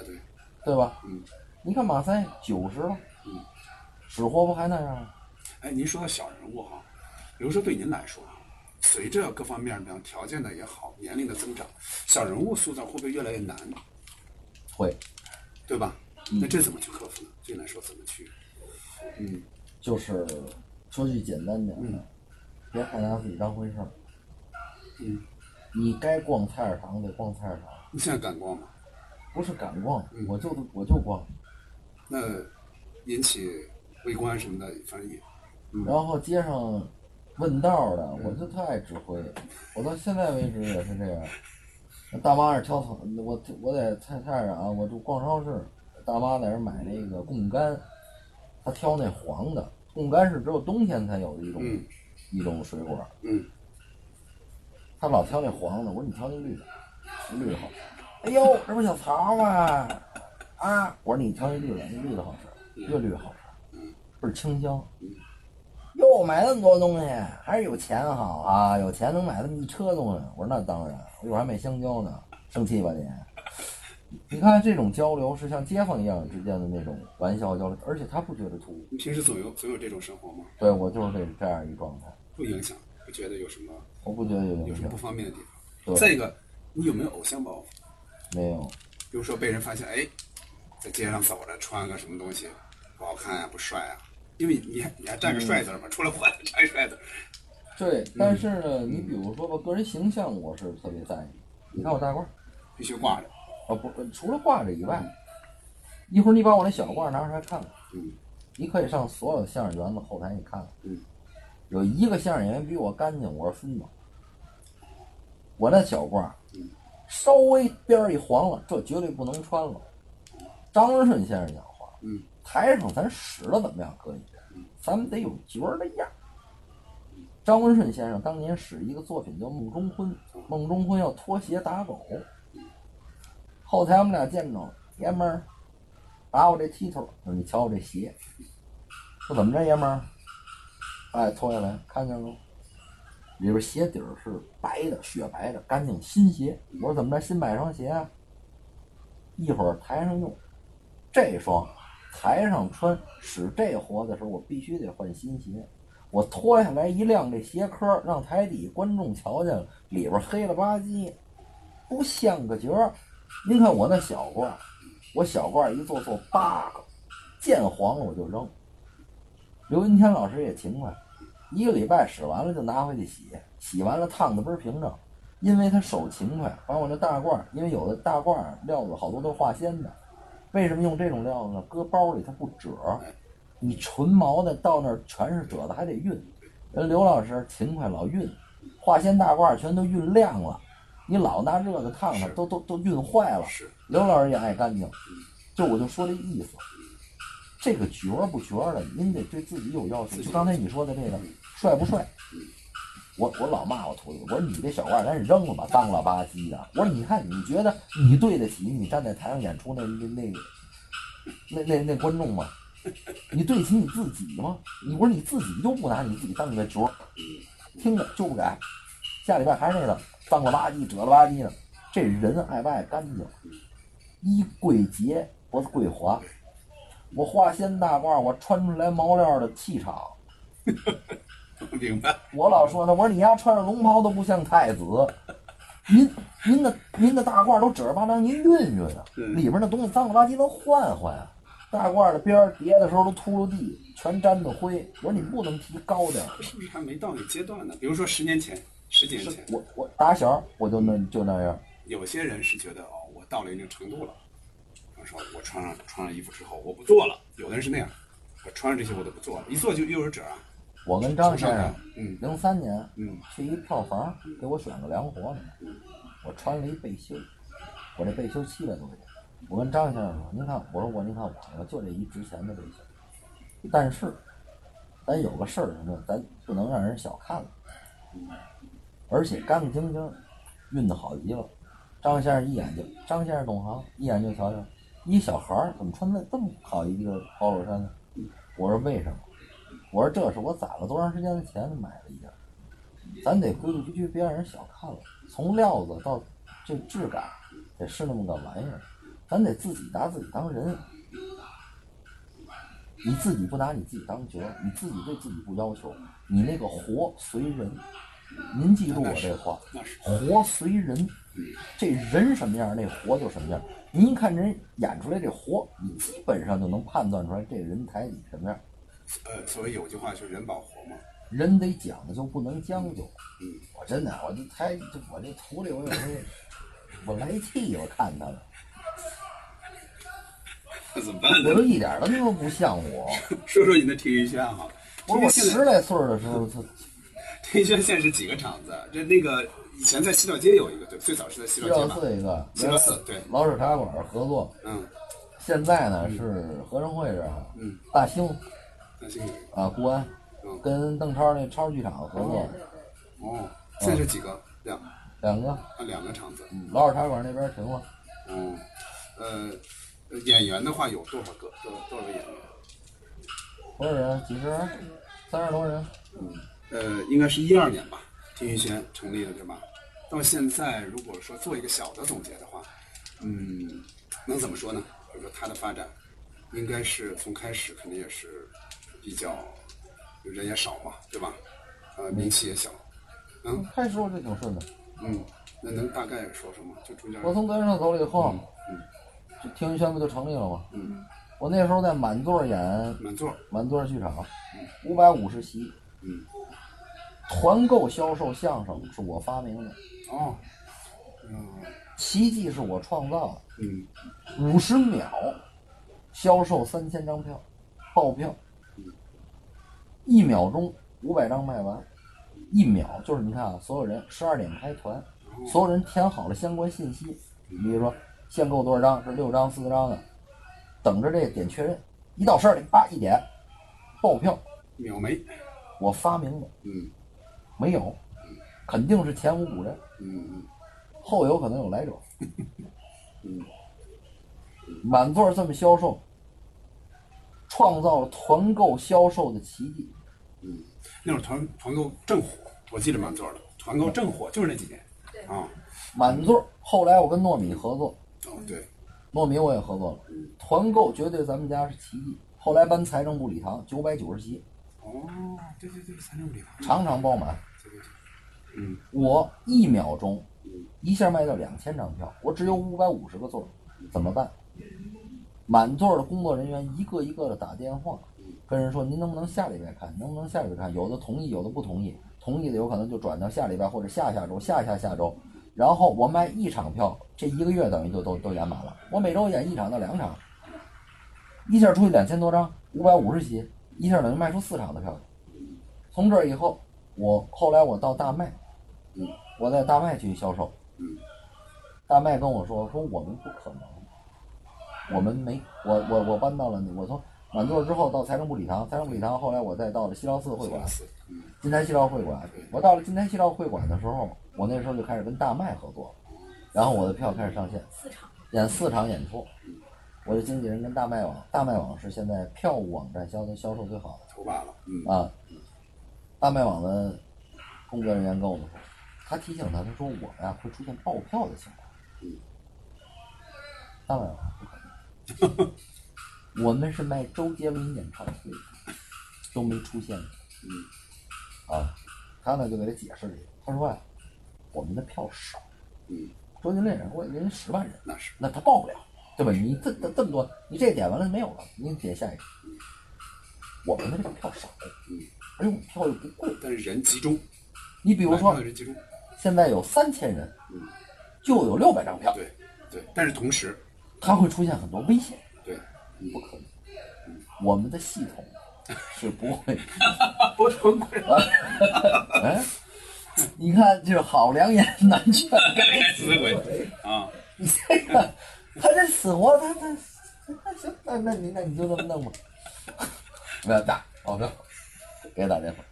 对，
对吧？
嗯，
你看马三九十了，
嗯，
死活不还那样吗？
哎，您说到小人物哈、比如说对您来说啊，随着各方面的条件的也好，年龄的增长，小人物塑造会不会越来越难，
会，
对吧？那这怎么去克服呢？对您来说怎么去？嗯，
就是说句简单点的，别太拿自己当回事儿。
嗯，
你该逛菜市场得逛菜市场，
你现在敢逛吗？
不是敢逛，我就我就逛。
那引起围观什么的，反正也，嗯
然后街上问道的，我就特爱指挥，我到现在为止也是这样。那大妈是挑菜，我我在菜菜市场，啊我就逛超市，大妈在那儿买那个贡柑，她挑那黄的，贡柑是只有冬天才有的一种、
嗯
一种水果，
嗯，
她老挑那黄的，我说你挑那绿的，那绿的好吃。哎呦，这不小曹吗？啊，我说你挑那绿的，那绿的好
嗯
吃，越绿好吃，倍儿清香。哟，买那么多东西，还是有钱好啊！有钱能买这么一车东西。我说那当然，我一会儿还买香蕉呢，生气吧你？你看这种交流是像街坊一样之间的那种玩笑交流，而且他不觉得突兀。
你平时总有总有这种生活吗？
对我就是这这样一状态，
不影响，不觉得有什么
我不觉得有
有
影响
什么不方便的地
对
方。再一个，你有没有偶像包袱？
没有，
比如说被人发现，哎，在街上走着穿个什么东西不好看呀、不帅啊，因为你还你还占个帅字儿嘛，出来混 占个帅字儿。
对。但是呢，你比如说吧，个人形象我是特别在意。你看我大褂儿，
必须挂着。
啊不，除了挂着以外，一会儿你把我那小褂儿拿出来看看，
嗯，
你可以上所有相声园子后台你看看，
嗯，
有一个相声演员比我干净，我是孙子，我那小褂，
嗯，
稍微边儿一黄了，这绝对不能穿了。张文顺先生讲话，
嗯，
台上咱使了怎么样可以，咱们得有角儿的样儿。张文顺先生当年使一个作品叫《梦中婚》，
哦
梦中婚要脱鞋打狗，后台我们俩见着，爷们儿，把我这踢头，我说你瞧我这鞋，说怎么着，爷们儿？哎，脱下来看见了吗，里边鞋底儿是白的，雪白的，干净新鞋。我说怎么着，新买双鞋啊？一会儿台上用，这双台上穿，使这活的时候，我必须得换新鞋。我脱下来一亮这鞋壳儿，让台底观众瞧见了，里边黑了吧唧，不像个角儿。您看我那小褂儿，我小褂儿一做做八个，见黄了我就扔。刘云天老师也勤快，一个礼拜使完了就拿回去洗，洗完了烫的倍儿平整。因为他手勤快，把我那大褂儿，因为有的大褂儿料子好多都是化纤的，为什么用这种料子呢？搁包里它不褶儿，你纯毛的到那儿全是褶子，还得熨。人刘老师勤快，老熨，化纤大褂儿全都熨亮了，你老拿热的烫它，都都都熨坏了。刘老师也爱干净，就我就说这意思。这个角儿不角儿的，您得对自己有要求。就刚才你说的这个，帅不帅？我我老骂我徒弟，我说你这小褂赶紧扔了吧，脏了吧唧的。我说你看，你觉得你对得起你站在台上演出那那那个那那那观众吗？你对得起你自己吗？你不是你自己都不拿你自己当你的角儿，听着就不改，下礼拜还是那个脏了吧唧、褶了吧唧的。这人爱不爱干净？衣贵洁，不是贵华。我化纤大褂，我穿出来毛料的气场。
明白。
我老说他，我说你丫穿着龙袍都不像太子。您您的您的大褂都褶儿巴张，您熨熨啊，里边那东西脏了吧唧能换换啊。大褂的边儿叠的时候都秃噜地，全沾的灰。我说你不能提高点儿。
是不是还 没到那阶段呢？比如说十年前、十几年前，
我我打小我就那就那样，
有些人是觉得哦，我到了一定程度了，比如说我穿上穿上衣服之后我不做了，有的人是那样，我穿上这些我都不做了，一做就又有褶儿啊。
我跟张先生，
嗯，
零三年，
嗯，
去一票房给我选个凉活呢，我穿了一背心儿，我这背心儿七百多块钱。我跟张先生说：“您看，我说我，您看我，我就这一值钱的背心儿，但是但有个事儿是，咱不能让人小看了，而且干干净净，运的好极了。张先生一眼就，张先生懂行，一眼就瞧瞧，一小孩儿怎么穿的这么好一个 polo 衫呢？我说为什么？我说这是我攒了多长时间的钱买了一件，咱得规规矩矩，别让人小看了。从料子到这质感，得是那么个玩意儿，咱得自己拿自己当人。你自己不拿你自己当角，你自己对自己不要求，你那个活随人。您记住我这话，活随人，这人什么样，那活就什么样。您一看人演出来这活，你基本上就能判断出来这人台底什么样。
呃，所以有句话是“人保活”嘛。
人得讲究，不能将就。嗯，我真的，我这台，这我这徒弟，我有时候我来气，我看他们，
那怎么办呢？
我都一点都他妈不像我。
说说你的体育圈啊，
我我十来岁的时候，他
体育圈现在是几个场子？啊这那个以前在西料街有一个，对，最早是在西
西
料街
照
吧？
四一个，
西料寺对，
老水茶馆合作。
嗯，
现在呢是合生会这儿，
嗯，
大兴
那现在
啊，固安，跟邓超那超市剧场合作，
哦，现在是几个？两
两个
啊，两个场子。
嗯老水茶馆那边停了，
嗯，呃，呃演员的话有多少个？多少多少个演员？
多少人？啊几十人？三十多人？
呃，应该是一二年吧，体育圈成立的对吧？到现在，如果说做一个小的总结的话，嗯，能怎么说呢？或者说它的发展，应该是从开始肯定也是比较人也少嘛，对吧？呃，名气也小，嗯，
开始我就挺顺的，
嗯，那能大概说说吗？就中间
我从根上走了以后，
嗯
这听云轩不就成立了吗？
嗯，
我那时候在满座演
满座
满座剧场，五百五十席，
嗯，
团购销售相声是我发明的，
哦，
奇迹是我创造
嗯
的，五十秒销售三千张票，爆票，一秒钟五百张卖完，一秒就是你看啊，所有人十二点开团，所有人填好了相关信息，比如说限购多少张，是六张、四张的，等着这点确认，一到十二点叭一点，爆票，
秒没，
我发明的，
嗯
没有，肯定是前无古人，
嗯嗯
后有可能有来者。
嗯，
满座这么销售，创造了团购销售的奇迹。
嗯，那会儿团团购正火，我记得满座的团购正火，就是那几年啊，
满座，后来我跟糯米合作，
哦对，
糯米我也合作了。团购绝对咱们家是奇迹。后来搬财政部礼堂，九百九十席，
哦对对对，三六零，
场场爆满。
嗯
我一秒钟一下卖掉两千张票，我只有五百五十个座儿，怎么办？满座的工作人员一个一个的打电话，跟人说您能不能下礼拜看，能不能下礼拜看？有的同意，有的不同意，同意的有可能就转到下礼拜或者下下周、下下下周。然后我卖一场票，这一个月等于就都都演满了。我每周演一场到两场，一下出去两千多张，五百五十席，一下等于卖出四场的票去。从这儿以后，我后来我到大麦，
嗯，
我在大麦去销售，
嗯，
大麦跟我说说我们不可能，我们没我我我搬到了那我从满座之后到财政部礼堂，财政部礼堂后来我再到了西辽寺会馆，金台西辽会馆，我到了金台西辽会馆的时候，我那时候就开始跟大麦合作，然后我的票开始上线，
四场，
演四场演出，我的经纪人跟大麦网，大麦网是现在票务网站销的销售最好的。
头把了，嗯
啊，大麦网的工作人员跟我们说，他提醒他，他说我呀会出现爆票的情况。
嗯
大麦网不可能，我 们是卖周杰伦演唱会的，都没出现过
嗯
啊。他呢就给他解释了一下，他说呀、啊我们的票少，
嗯，
周杰伦演唱会人家十万人，
那是
那他报不了，对吧？你这这这么多，你这点完了没有了，你点下一个。我们的这个票少，
嗯，
而且我们票又不贵。
但是人集中，
你比如
买票
说
的，人集中，
现在有三千人，就有六百张票，
对对，但是同时
它会出现很多危险，
对，
不可能。我们的系统是不会，
不成功，
哎，你看，就是好良言难劝，该
死鬼啊，
你这个，他这死活，他他 哦那行，那那你那你就这么弄吧。没有大，保证，给他打电话，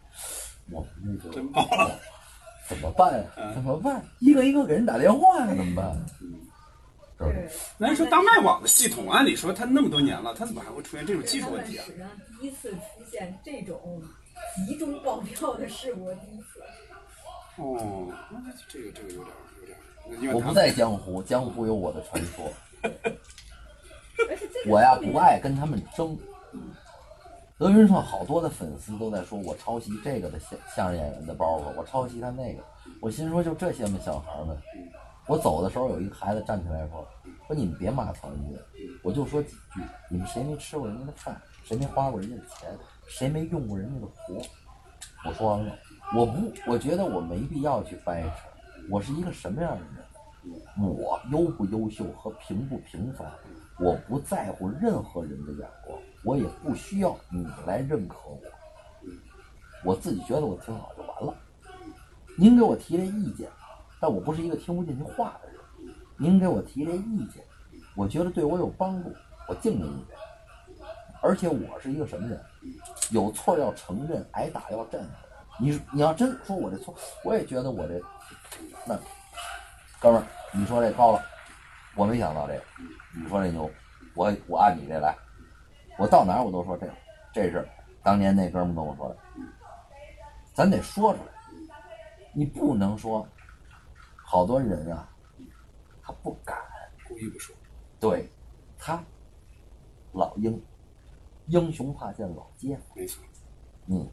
我那个怎么怎么办呀、怎么办？一个一个给人打电话呀、怎么办、
嗯咱说大麦网的系统，按理说它那么多年了，它怎么还会出现这种技术问题啊？
史上第一次出现这种集中爆票的事故，第一次。
哦，那这个这个有点有点。
我不在江湖，江湖有我的传说。
而且这个
我呀
特别
不爱跟他们争。德云社好多的粉丝都在说，我抄袭这个的相相声演员的包袱，我抄袭他那个。我心说，就这些嘛，小孩儿们。我走的时候，有一个孩子站起来说：“说你们别骂曹云金，我就说几句，你们谁没吃过人家的饭，谁没花过人家的钱，谁没用过人家的活。”我说完了，我不，我觉得我没必要去掰扯，我是一个什么样的人。我优不优秀和平不平凡，我不在乎任何人的眼光，我也不需要你来认可我，我自己觉得我挺好就完了。您给我提这意见，啊但我不是一个听不进去话的人。您给我提这意见，我觉得对我有帮助，我敬您一杯。而且我是一个什么人？有错要承认，挨打要站着。你你要真说我这错，我也觉得我这那哥们儿，你说这高了，我没想到这个。你说这牛，我我按你这来，我到哪儿我都说这个，这是当年那哥们儿跟我说的，咱得说出来，你不能说，好多人啊，他不敢，
故意不说，
对，他老鹰，英雄怕见老奸，
没错，
嗯，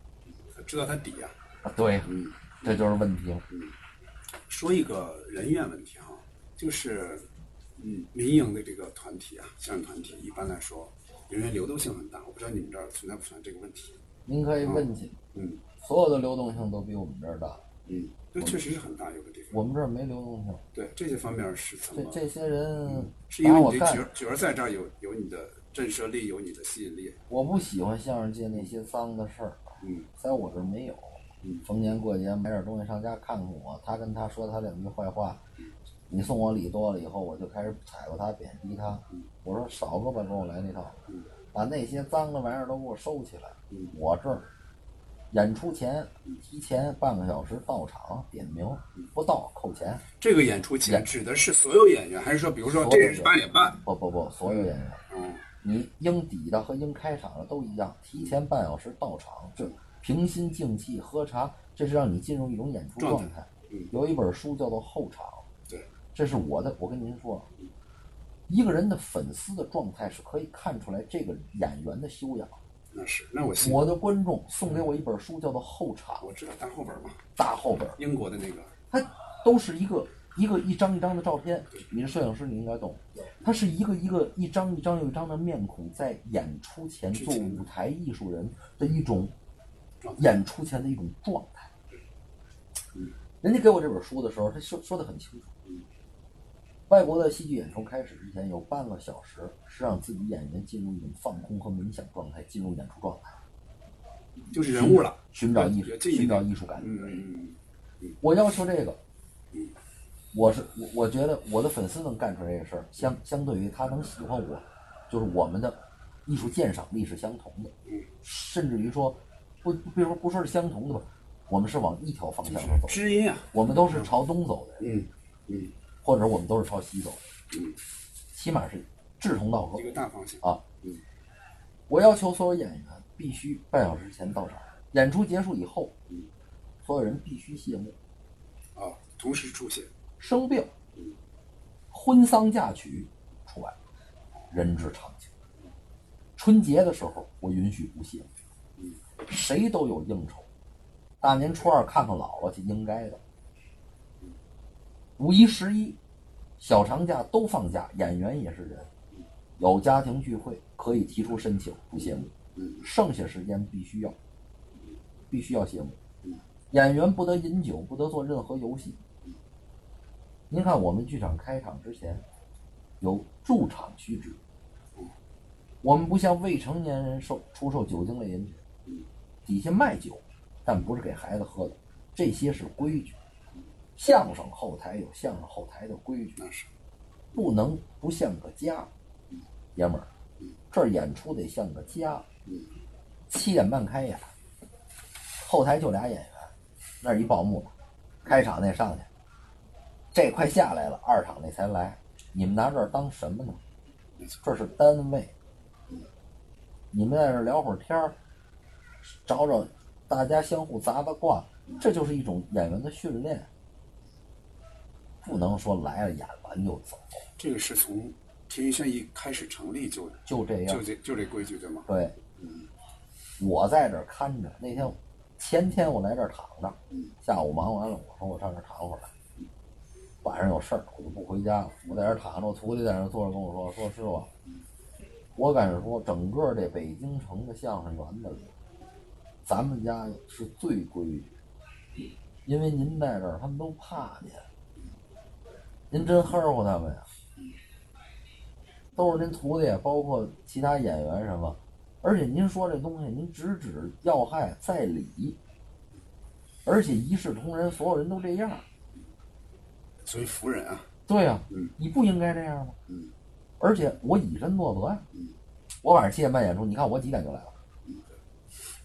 知道它底啊。
啊对，这就是问题了，
说一个人员问题哈、就是，嗯，民营的这个团体啊，相声团体一般来说，人员流动性很大。我不知道你们这儿存在不存在这个问题？
您可以问去，
嗯，
所有的流动性都比我们这儿大，
嗯，这确实是很大，有的地方。
我们这儿没流动性，
对这些方面是怎
这
么？
这些人
是因
把
为
我
你的
干
角儿角儿在这儿有有你的震慑力，有你的吸引力。
我不喜欢相声界那些脏的事儿，啊
嗯，
在我这儿没有。嗯逢年过节买点东西上家看看我，他跟他说他两句坏话，你送我礼多了以后，我就开始踩过他、贬低他。我说少个吧，跟我来那套，
嗯
把那些脏的玩意儿都给我收起来。我这儿演出前提前半个小时到场点名，不到扣钱。
这个演出前指的是所有演员，还是说，比如
所
说
有
这
演员
人是八点半？哦
不不不，所有演员。你应抵的和应开场的都一样，提前半小时到场，这平心静气喝茶，这是让你进入一种演出
状
状
态
态。
嗯
有一本书叫做《后场》，
对，
这是我的。我跟您说，啊一个人的粉丝的状态是可以看出来这个演员的修养。
那是，那我信。
我的观众送给我一本书，叫做《后场》，
我知道大后本嘛，
大后本，
英国的那个，
它都是一个一个一张一张的照片。你是摄影师，你应该懂，它是一个一个一张一张又一张的面孔，在演出前做舞台艺术人的一种演出前的一种状态。人家给我这本书的时候，他说说的很清楚。外国的戏剧演出开始之前有半个小时是让自己演员进入一种放空和冥想状态，进入演出状态，
就是人物了，
寻找艺
也这一
寻找
点
艺术感。
嗯嗯
我要求这个，我是我我觉得我的粉丝能干出来这个事儿，相相对于他能喜欢我，就是我们的艺术鉴赏力是相同的，甚至于说不，比如说不说是相同的吧，我们是往一条方向上走，
知音啊，
我们都是朝东走的，
嗯嗯，
或者我们都是朝西走的
嗯，
起码是志同道合
一个大方向。
啊。
嗯
我要求所有演员必须半小时前到场，演出结束以后，所有人必须谢幕。
啊，同时出现，
生病、婚丧嫁娶除外，人之常情。春节的时候，我允许不谢，谁都有应酬，大年初二看看姥姥去应该的。五一、十一，小长假都放假，演员也是人，有家庭聚会可以提出申请不谢幕，剩下时间必须要，必须要谢幕。演员不得饮酒，不得做任何游戏，您看，我们剧场开场之前有驻场须知，我们不向未成年人售出售酒精类饮品，底下卖酒，但不是给孩子喝的，这些是规矩。相声后台有相声后台的规矩，不能不像个家，爷们儿，这儿演出得像个家。七点半开演，后台就俩演员，那儿一报幕，开场那上去，这快下来了，二场那才来，你们拿这儿当什么呢？这是单位，你们在这儿聊会儿天儿，找找大家相互砸砸挂，这就是一种演员的训练，不能说来了演完就走。
这个是从体育轩一开始成立就
就这样
就这就这规矩对吗？
对，
嗯，
我在这儿看着，那天前天我来这儿躺着，
嗯
下午忙完了，我说我上这儿躺会儿来，晚上有事儿我就不回家了，我在这儿躺着，我徒弟在那儿坐着跟我说说师傅，我敢说整个这北京城的相声园子里，咱们家是最规矩，因为您在这儿，他们都怕您，您真呵护他们呀。都是您徒弟，包括其他演员什么，而且您说这东西，您直指要害在理，而且一视同仁，所有人都这样。
所以服人啊，
对呀、
嗯
你不应该这样吗？
嗯
而且我以身作则呀、
嗯，
我晚上七点半演出，你看我几点就来了？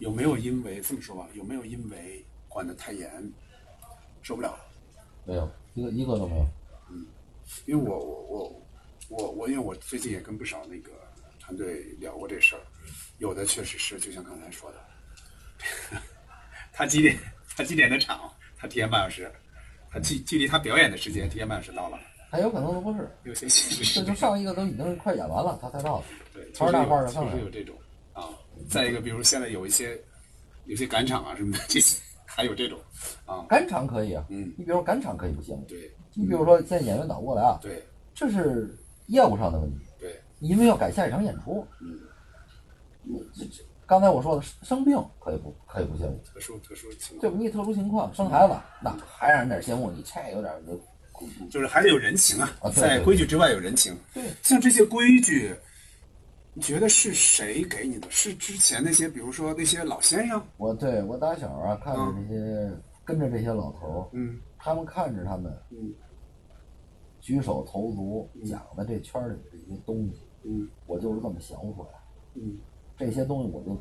有没有因为这么说吧？有没有因为管得太严，受不了了？
没有，一个一个都没有。
嗯，因为我我我我我，因为我最近也跟不少那个团队聊过这事儿，有的确实是就像刚才说的， 他几点他几点的场，他提前半小时，他距距离他表演的时间提前半小时到了，
还有可能都不是，
有些其实是
这就上一个都已经快演完了，他才到的。
对，
团儿大块儿的上
确
来
实有这种啊。再一个，比如现在有一些有些赶场啊什么的，这些还有这种啊，
赶场可以啊，
嗯，
你比如说赶场可以不行，
对，
你比如说现在演员倒过来啊，
对，
这是业务上的问题，
对，
因为要赶下一场演出，
嗯，
这这刚才我说的生病可以不可以不行，
特殊特殊情
对
况，
不？你特殊情况生孩子，那还让人点节目，你这有点儿
就是还得有人情啊
啊，对
在
对
规矩之外有人情。
对，
像这些规矩，你觉得是谁给你的？是之前那些，比如说那些老先生，
我对我打小啊看着这些、跟着这些老头儿，
嗯，
他们看着他们，
嗯，
举手投足讲的这圈儿里的这些东西，
嗯，
我就是这么想出来，
嗯，
这些东西我就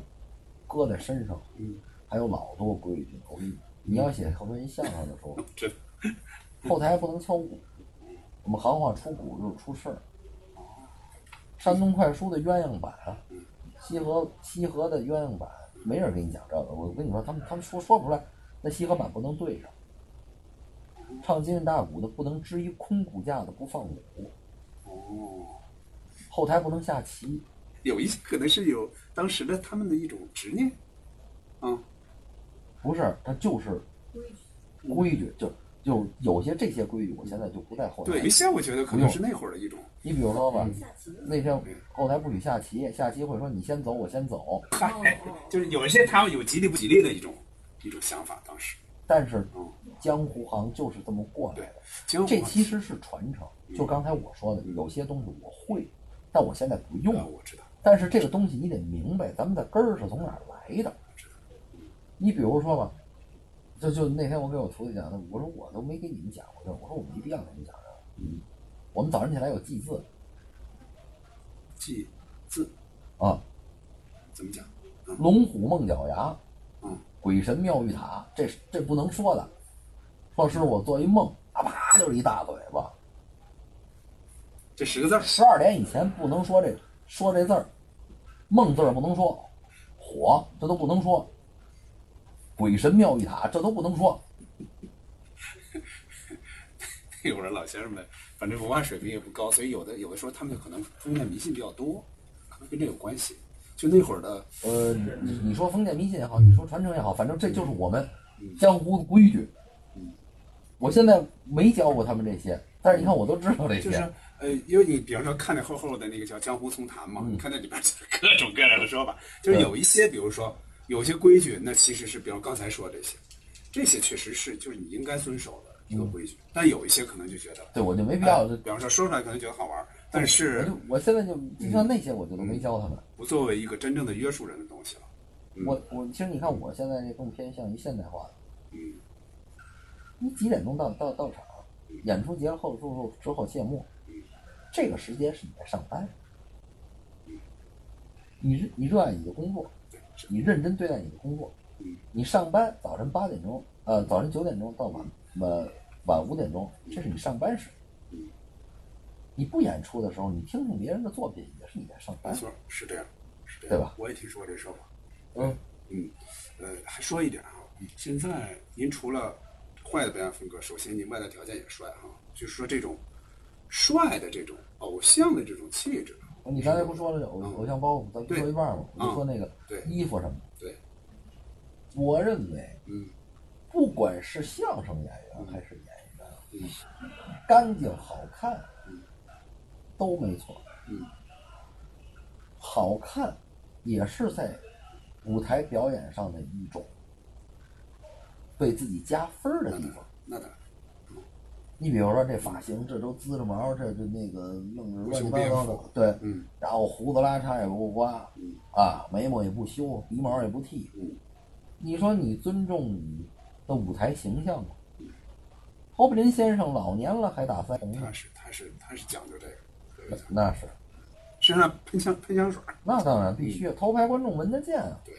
搁在身上，
嗯，
还有老多规矩，我跟你，你要写后台一相声的时候，
这
后台不能敲鼓，我们行话出鼓就是出事儿。山东快书的鸳鸯版，啊西河西河的鸳鸯版，没人跟你讲这个。我跟你说，他们他们说说不出来，那西河版不能对上。唱京韵大鼓的不能支一空鼓架子不放鼓，
哦，
后台不能下棋。
有一些可能是有当时的他们的一种执念，啊，
不是，它就是规矩，就就有些这些规矩，我现在就不在后台。
对，有一些我觉得可能是那会儿的一种，
你比如说吧， 那天后台不许下棋，下棋会说你先走，我先走。
嗨，就是有一些他有吉利不吉利的一种一种想法，当时。
但是江湖行就是这么过来
的，
这其实是传承。就刚才我说的，有些东西我会，但我现在不用。
呃我知道。
但是这个东西你得明白，咱们的根儿是从哪儿来的。你比如说吧，就就那天我给我徒弟讲的，我说我都没给你们讲过这个，我说我没必要给你们讲这个。
嗯，
我们早上起来有祭字
记字
啊，
怎么讲？
龙虎梦角崖，
嗯，
鬼神庙玉塔，这是这不能说的。说师傅，我做一梦，啊啪就是一大嘴巴。
这十个 字
十二点以前不能说这说这字儿，梦字儿不能说，火这都不能说，鬼神庙玉塔这都不能说。
那会儿老先生们，反正文化水平也不高，所以有的有的时候他们可能封建迷信比较多，可能跟这有关系。就那会儿的，
呃，你你说封建迷信也好，
嗯
你说传承也好，反正这就是我们江湖的规矩。
嗯
我现在没教过他们这些，但是你看我都知道这些。
嗯就是呃，因为你比方说看那厚厚的那个叫《江湖丛谈》嘛，你看那里边 就是各种各样的说法，就是有一些，比如说有些规矩，那其实是比如刚才说这些，这些确实是就是你应该遵守的一个规矩，但有一些可能就觉得，
对我就没必要
哎比方说说出来可能觉得好玩，但
我
是
就我现在就就
嗯
像那些我就都没教他们。
不作为一个真正的约束人的东西了。嗯
我我其实你看我现在这更偏向于现代化的。
嗯，
你几点钟到到到场？演出结束之后之后谢幕，
嗯
这个时间是你在上班，
嗯
你热你热爱你的工作，你认真对待你的工作，
嗯
你上班早晨八点钟，呃，早晨九点钟到晚晚晚五点钟，这是你上班时。
嗯
你不演出的时候，你听听别人的作品也是你在上班。
没错，是这样，是这样，
嗯对吧？
我也听说过这说法。
嗯
嗯，呃，还说一点啊，现在您除了坏的表演风格，首先您外在条件也帅哈、就是说这种帅的这种偶像的这种气质，
你刚才不说了偶偶像包袱，咱不说一半吗？我就说那个
嗯对
衣服什么的。
对，
我认为，
嗯，
不管是相声演员还是演员，
嗯
干净好看，都没错。
嗯，
好看也是在舞台表演上的一种对自己加分儿的地方。
那当然，
你比方说这发型，这都滋着毛，这这那个弄着乱七八糟的
不修边幅，
对，
嗯，
然后胡子拉碴也不刮，啊，眉毛也不修，鼻毛也不剃，你说你尊重你的舞台形象吗？侯佩林先生老年了还打腮红呢
他，是他是他是讲究这个，
那是，
身上喷香喷香水儿，
那当然必须，头牌观众闻得见啊。
对，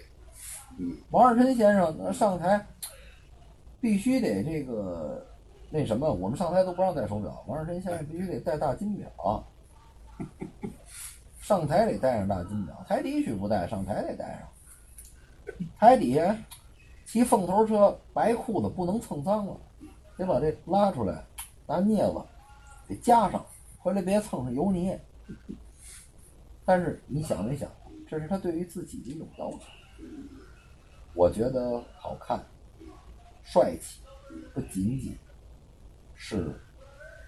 嗯，
王二琛先生那上台必须得这个那什么，我们上台都不让戴手表，王二琛先生必须得戴大金 表，上台得戴上大金表，台底许不戴，上台得戴上。台底下骑凤头车，白裤子不能蹭脏了，得把这拉出来，拿镊子得夹上，回来别蹭上油泥。但是你想没想，这是他对于自己的一种要求。我觉得好看、帅气，不仅仅是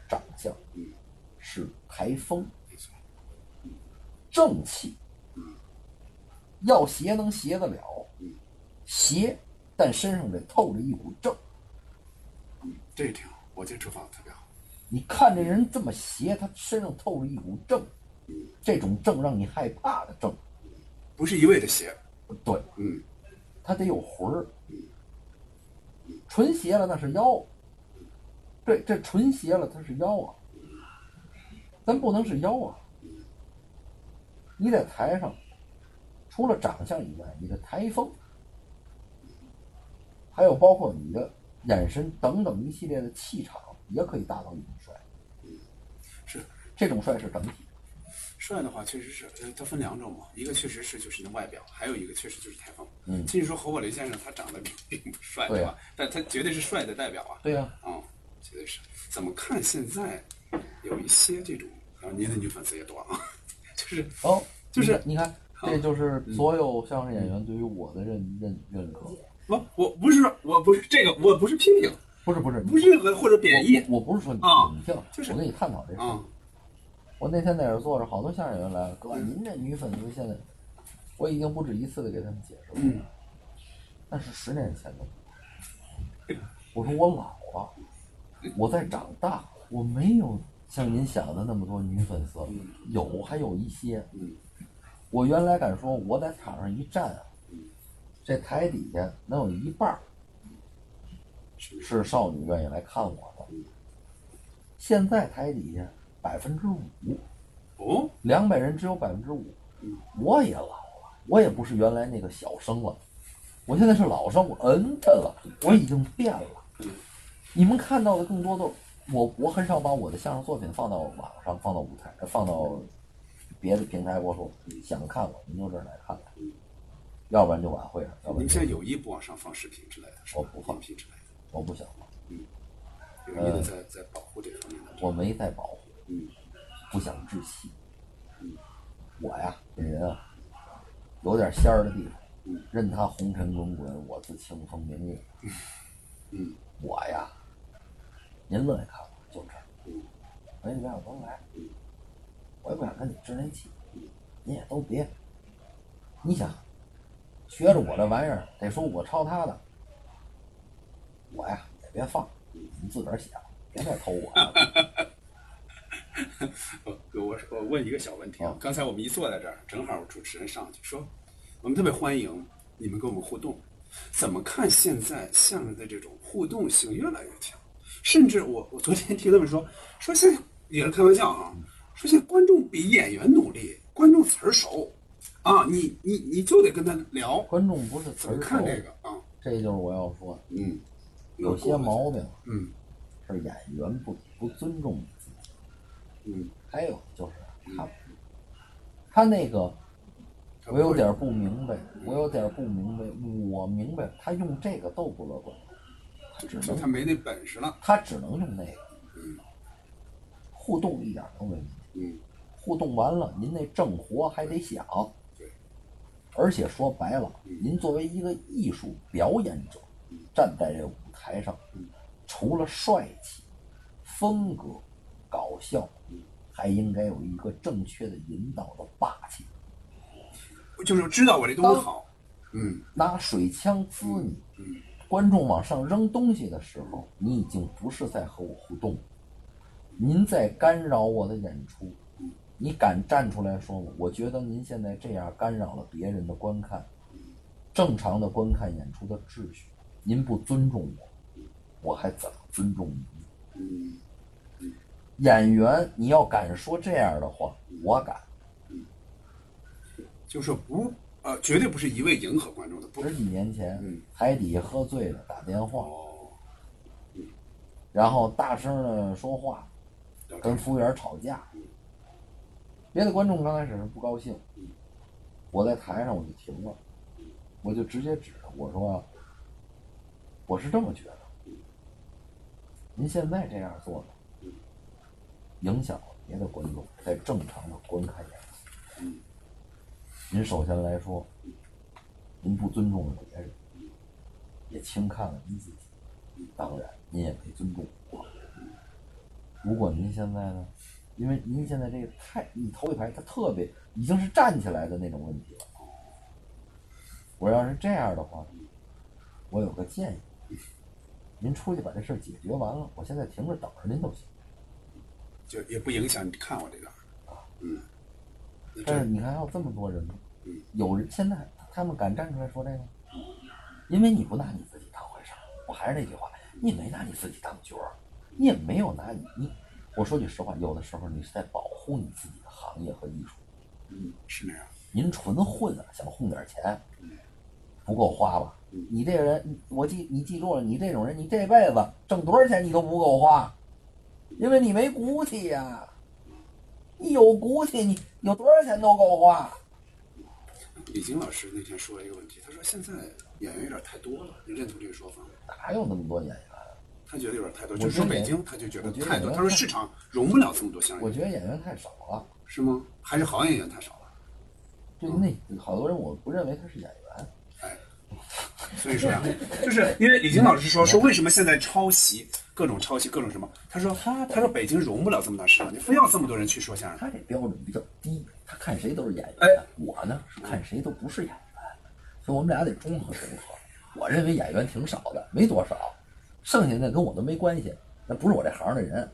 长相，是台风，正气，要邪能邪得了，邪，但身上得透着一股正。
这挺好，我觉得这方法特别好。
你看这人这么邪，他身上透着一股正，这种正让你害怕的正，
不是一味的邪，
对，
嗯，
他得有魂儿。纯邪了那是妖，这这纯邪了他是妖啊，咱不能是妖啊。你在台上，除了长相以外，你的台风，还有包括你的眼神等等一系列的气场，也可以达到一种帅。
是
这种帅是整体。
帅的话确实是，呃它分两种嘛，一个确实是就是你的外表，还有一个确实就是台风。
嗯
其实说侯宝林先生他长得并不帅，
对啊
吧？但他绝对是帅的代表啊。
对呀、
嗯，绝对是。怎么看现在有一些这种，然后您的女粉丝也多啊， 就是
哦，
就是
你看，
好嗯
这就是所有相声演员对于我的认认认可。
我我不是我不是这个我不是批评，
不是不是
不是任何或者贬义，
我不是说你
啊
你听，
就是
我跟你探讨这事。
啊
我那天在这儿坐着，好多相声演员来了，哥，您这女粉丝现在，我已经不止一次的给他们解释了。
嗯，
那是十年前的我。我说我老了，我在长大，我没有像您想的那么多女粉丝，有还有一些。我原来敢说，我在场上一站啊，这台底下能有一半儿是少女愿意来看我的。现在台底下百分之五，
哦，
两百人只有百分之五。我也老了，我也不是原来那个小生了，我现在是老生，我嗯他了，我已经变了。你们看到的更多的我，我很少把我的相声作品放到网上，放到舞台，放到别的平台播出。想看我，您就这儿来看来，要不然就晚会上，要不然
您
就
现在有意不往上放视频之类的，是吧
我哦不放
音频之类的，
我不想了，
有意的
呃
在在保护这方面的。
我没在保护，
嗯
不想窒息。我呀，这人啊，有点仙儿的地方，嗯任他红尘滚滚，我自清风明月。
嗯，
我呀，您乐意看我就这儿，没礼拜我都来，嗯我也不想跟你置那气，你也都别。你想，学着我这玩意儿，得说我抄他的，我呀也别放，你自个儿写吧，别再偷我了。
我呃我我问一个小问题
哦
啊，刚才我们一坐在这儿，正好主持人上去说，我们特别欢迎你们跟我们互动。怎么看现在相声的这种互动性越来越强？甚至我我昨天听他们说，说现在也是开玩笑啊，说现在观众比演员努力，观众词儿熟啊，你你你就得跟他聊，
观众不是词
怎么
儿
看
熟
这个啊？
这就是我要说的。
嗯，
有些毛病，
嗯，
是演员不不尊重你自己。
嗯，
还有就是他，他那个，我有点嗯不嗯明白，我有点不明白，我明白他用这个逗不乐观，他只
就
能
他没那本事了。
他只能用那个
嗯
互动一点都没问题。
嗯，
互动完了，您那正活还得想。
对，嗯
而且说白了，您作为一个艺术表演者，站在这舞台上，
嗯
除了帅气、风格、搞笑，
嗯
还应该有一个正确的引导的霸气。
就是知道我这东西好。嗯，
拿水枪滋你，观众往上扔东西的时候，你已经不是在和我互动，您在干扰我的演出。你敢站出来说吗？我觉得您现在这样干扰了别人的观看，正常的观看演出的秩序。您不尊重我，我还怎么尊重您？
嗯
演员，你要敢说这样的话，我敢。
就是不呃，绝对不是一味迎合观众的，不
十几年前，
嗯
海底喝醉了打电话，然后大声的说话，跟服务员吵架。别的观众刚开始是不高兴，我在台上我就停了，我就直接指着我说：“我是这么觉得，您现在这样做呢，影响了别的观众在正常的观看演出。您首先来说，您不尊重了别人，也轻看了您自己，当然您也没尊重我。如果您现在呢，因为您现在这个太，你头一排他特别已经是站起来的那种问题了。我要是这样的话，我有个建议，您出去把这事儿解决完了，我现在停着等着您就行。
就也不影响你看我这段儿。嗯，你这
但是你看还有这么多人呢
嗯，
有人现在他们敢站出来说这个，因为你不拿你自己当回事儿。我还是那句话，你没拿你自己当角儿，你也没有拿你你。我说句实话，有的时候你是在保护你自己的行业和艺术。
嗯是那样。
您纯混啊，想混点钱，不够花吧？你这个人，我记你记住了，你这种人，你这辈子挣多少钱你都不够花，因为你没骨气呀、你有骨气，你有多少钱都够花。
李菁老师那天说了一个问题，他说现在演员有点太多了，你认同这个说法吗？
哪有那么多演员？
他觉得有点太多，
我
就
觉
说
得
北
演
京他就觉得
我觉得
太
演
多，
员
他说
太
市场容不了这么多相声
我
演员，
觉得演员太少了，
是吗？还是好演员太少了？
就那好多人，我不认为他是演员。
所以说呀、就是因为李菁老师说说为什么现在抄袭各种抄袭各种什么？他说他说北京容不了这么大市场，你非要这么多人去说相声。
他这标准比较低，他看谁都是演员。我呢是看谁都不是演员，所以我们俩得中和中和。我认为演员挺少的，没多少，剩下那跟我都没关系，那不是我这行的人。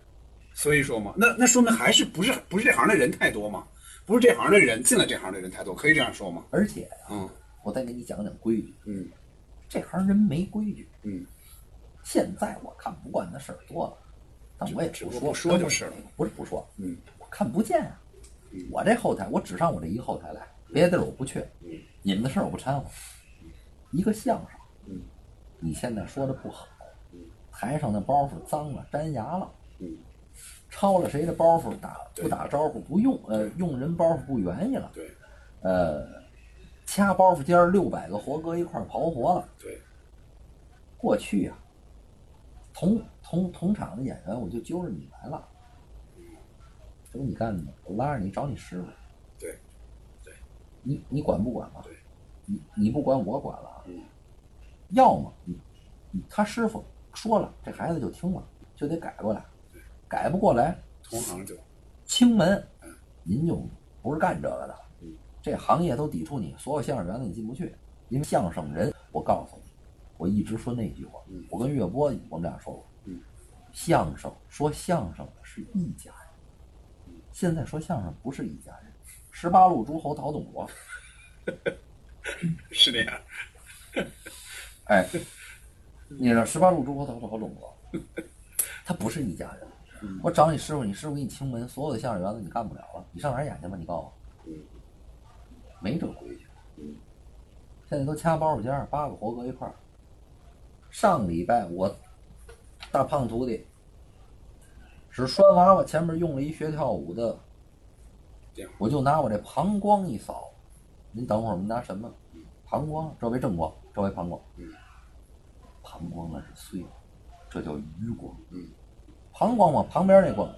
所以说嘛，那那说明还是不是不是这行的人太多嘛？不是这行的人进了这行的人太多，可以这样说吗？
而且啊
嗯
我再给你讲讲规矩，
嗯
这行人没规矩。
嗯，
现在我看不惯的事儿多了，但我也
只
不
不过
说，
不说就是了。
不是不说，
嗯
我看不见啊。我这后台，我只上我这一后台来，别的地儿我不去。
嗯
你们的事儿我不掺和。一个相声，
嗯
你现在说的不好，台上的包袱脏了、粘牙了，
嗯
抄了谁的包袱打不打招呼不用，呃，用人包袱不愿意了，
对
呃，掐包袱尖儿六百个活搁一块儿刨活了。
对，
过去呀、同同同场的演员，我就揪着你来了，这不你干的吗？我拉着你找你师傅，
对，
你你管不管啊
对？
你你不管我管了啊？
嗯
要么你你他师傅说了，这孩子就听了，就得改过来，改不过来
同行就
清门，您就不是干这个的，这行业都抵触你，所有相声园子你进不去，因为相声人，我告诉你，我一直说那句话，我跟岳波我们俩说过，
嗯
相声说相声的是一家人，现在说相声不是一家人，十八路诸侯讨董卓，
是那样。
哎，你知道十八路诸侯讨讨董卓，他不是一家人。我找你师傅，你师傅给你清门，所有的相声园子你干不了了，你上哪儿演去吧？你告诉我，没这规矩。现在都掐包袱尖儿，八个活搁一块儿，上礼拜我大胖徒弟只拴娃娃，前面用了一学跳舞的，我就拿我这膀胱一扫。您等会儿，我们拿什么？膀胱，这为正光，这为膀胱。膀胱那是碎了，这叫余光。
嗯，
膀胱嘛，旁边那光。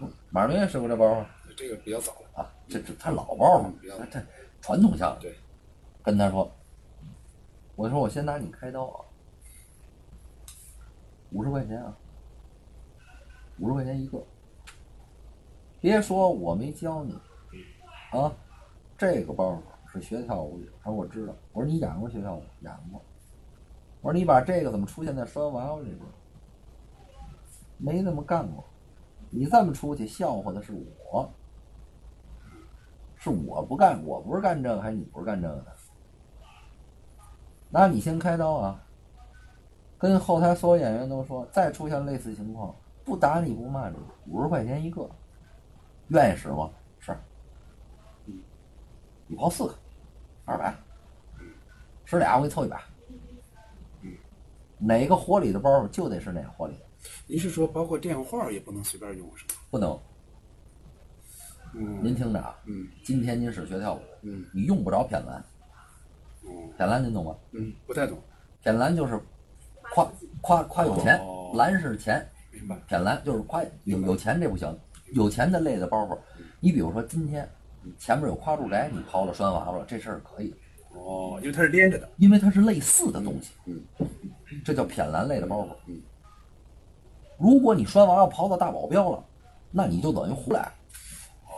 嗯马明也试过这包吗？
这个比较早嗯
了啊，这这他老包嘛，他这传统相声。
对，
跟他说，我说我先拿你开刀啊，五十块钱啊，五十块钱一个。别说我没教你，啊，这个包是学跳舞的。他说我知道。我说你演过学跳舞？演过。我说你把这个怎么出现在拴娃娃里边？没那么干过。你这么出去笑话的是我，是我不干，我不是干这个，还是你不是干这个的？那你先开刀啊！跟后台所有演员都说，再出现类似情况，不打你不骂你，五十块钱一个，愿意使吗？是。你刨四个，二百，使俩我给你凑一百。哪个活里的包就得是哪个活里的。
您是说包括电话也不能随便用是吗？
不能。
嗯，
您听着啊，
嗯，
今天您是学跳舞，
嗯，哦
你用不着偏蓝。偏蓝您懂吗？
嗯，不太懂。
偏蓝就是夸夸夸有钱，
哦
蓝是钱，
明白？
偏蓝就是夸有有钱这不行，有钱的类的包袱。你比如说今天前面有夸住宅，你刨了拴娃娃了，这事儿可以。
哦，因为它是连着的，
因为它是类似的东西，
嗯，
这叫偏蓝类的包袱。
嗯，
如果你拴娃娃刨到大保镖了，那你就等于胡来。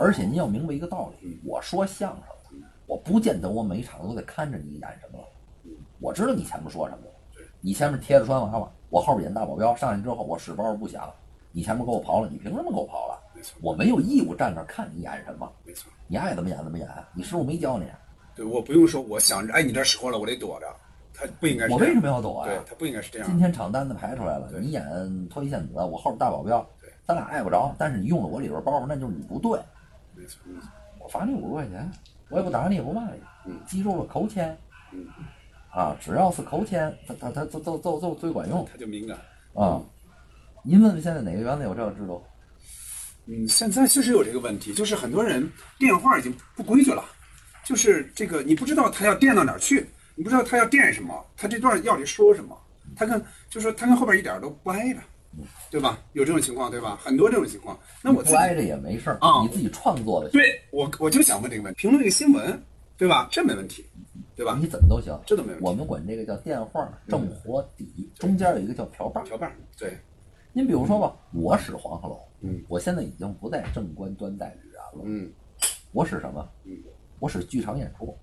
而且你要明白一个道
嗯
理，我说相声的，我不见得我每场都得看着你演什么了，
嗯
我知道你前面说什么了。你前面贴着拴娃娃，我后边演大保镖，上去之后我使包不响，你前面给我刨了，你凭什么给我刨了？
没错，
我没有义务站那儿看你演什么，
没错。
你爱怎么演怎么演，你师傅没教你，
对我不用说，我想着，哎，你这使坏了，我得躲着，他不应该是这样。
我为什么要啊躲呀
对他不应该是这样。
今天场单子排出来了，你演脱衣献子，我后边大保镖，咱俩碍不着，但是你用了我里边包袱，那就是你不对。
没错，嗯没错
我罚你五十块钱，我也不打你，也不骂你，
嗯，
记住了，口签
嗯，
啊，只要是口签，他他他都都都都最管用
他就敏感。
啊。您问问现在哪个园子有这个制度？
嗯，现在确实有这个问题，就是很多人电话已经不规矩了，就是这个你不知道他要电到哪儿去，你不知道他要电什么，他这段要里说什么，他跟就说他跟后边一点儿都不挨着，对吧？有这种情况对吧？很多这种情况。那我
不
自己
挨着也没事儿
啊
你自己创作的，
对我我就想问这个问题，评论这个新闻对吧？这没问题，对吧？
你怎么都行，
这都没问题。嗯
我们管这个叫电话正活底，中间有一个叫瓢把。
条瓣儿对，
您比如说吧，我使黄鹤楼，
嗯，
我现在已经不在正官端带吕然了，
嗯，
我使什么？
嗯，
我使剧场演出。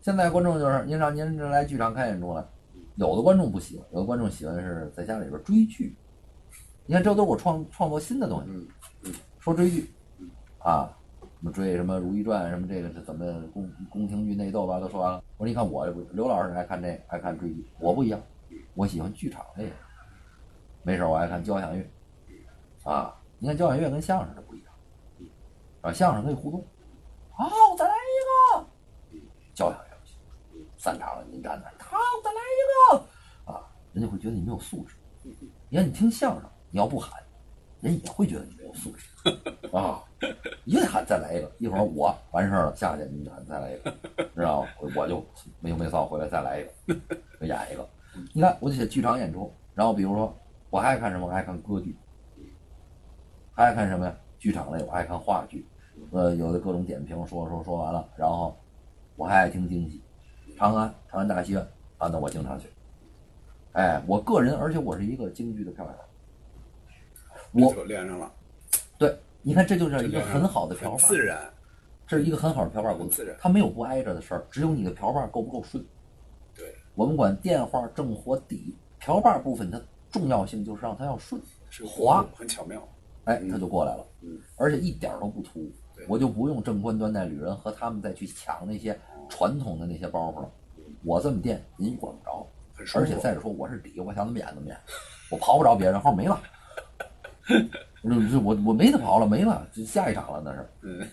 现在观众就是您上您这来剧场看演出来，
嗯
有的观众不喜欢，有的观众喜欢是在家里边追剧。你看，这都是我创创作新的东西。
嗯嗯，
说追剧，啊，什么追什么《如懿传》什么这个是怎么宫宫廷剧内斗吧，都说完了。我说你看我刘老师爱看这爱看追剧，我不一样，
嗯
我喜欢剧场类的。没事儿我爱看交响乐，
嗯
啊，你看交响乐跟相声的不一样，啊，相声可以互动，好，再来一个，交响乐不行，散场了您站那儿，好，再来一个，啊，人家会觉得你没有素质。你看你听相声，你要不喊，人也会觉得你没有素质啊。 一个喊再来一个，一会儿我完事儿了下去，你喊再来一个，知道吗？我我就没羞没臊回来再来一个， 就演一个。你看，我就写剧场演出，然后比如说我还爱看什么？我爱看歌剧，还爱看什么呀？剧场类，我爱看话剧，呃，有的各种点评说说说完了，然后我还爱听京戏，长安长安大戏院啊，那我经常去。哎，我个人，而且我是一个京剧的票友，我
就连上了，
对，你看这就是一
就
个
连上了
很好的瓢把，
自然，
这是一个很好的瓢把工
自然
它没有不挨着的事儿，只有你的瓢把够不够顺。
对，
我们管电话正活底，瓢把部分它重要性就是让它要顺
是
滑，
很巧妙。
哎，它就过来了，
嗯，
而且一点儿都不突兀，我就不用正官端带旅人和他们再去抢那些传统的那些包袱了，我这么垫您管不着
很，舒服
而且再者说我是底，我想怎么演怎么演，我刨不着别人，后面没了， 嗯这我我没得刨了，没了，这下一场了那是。
嗯，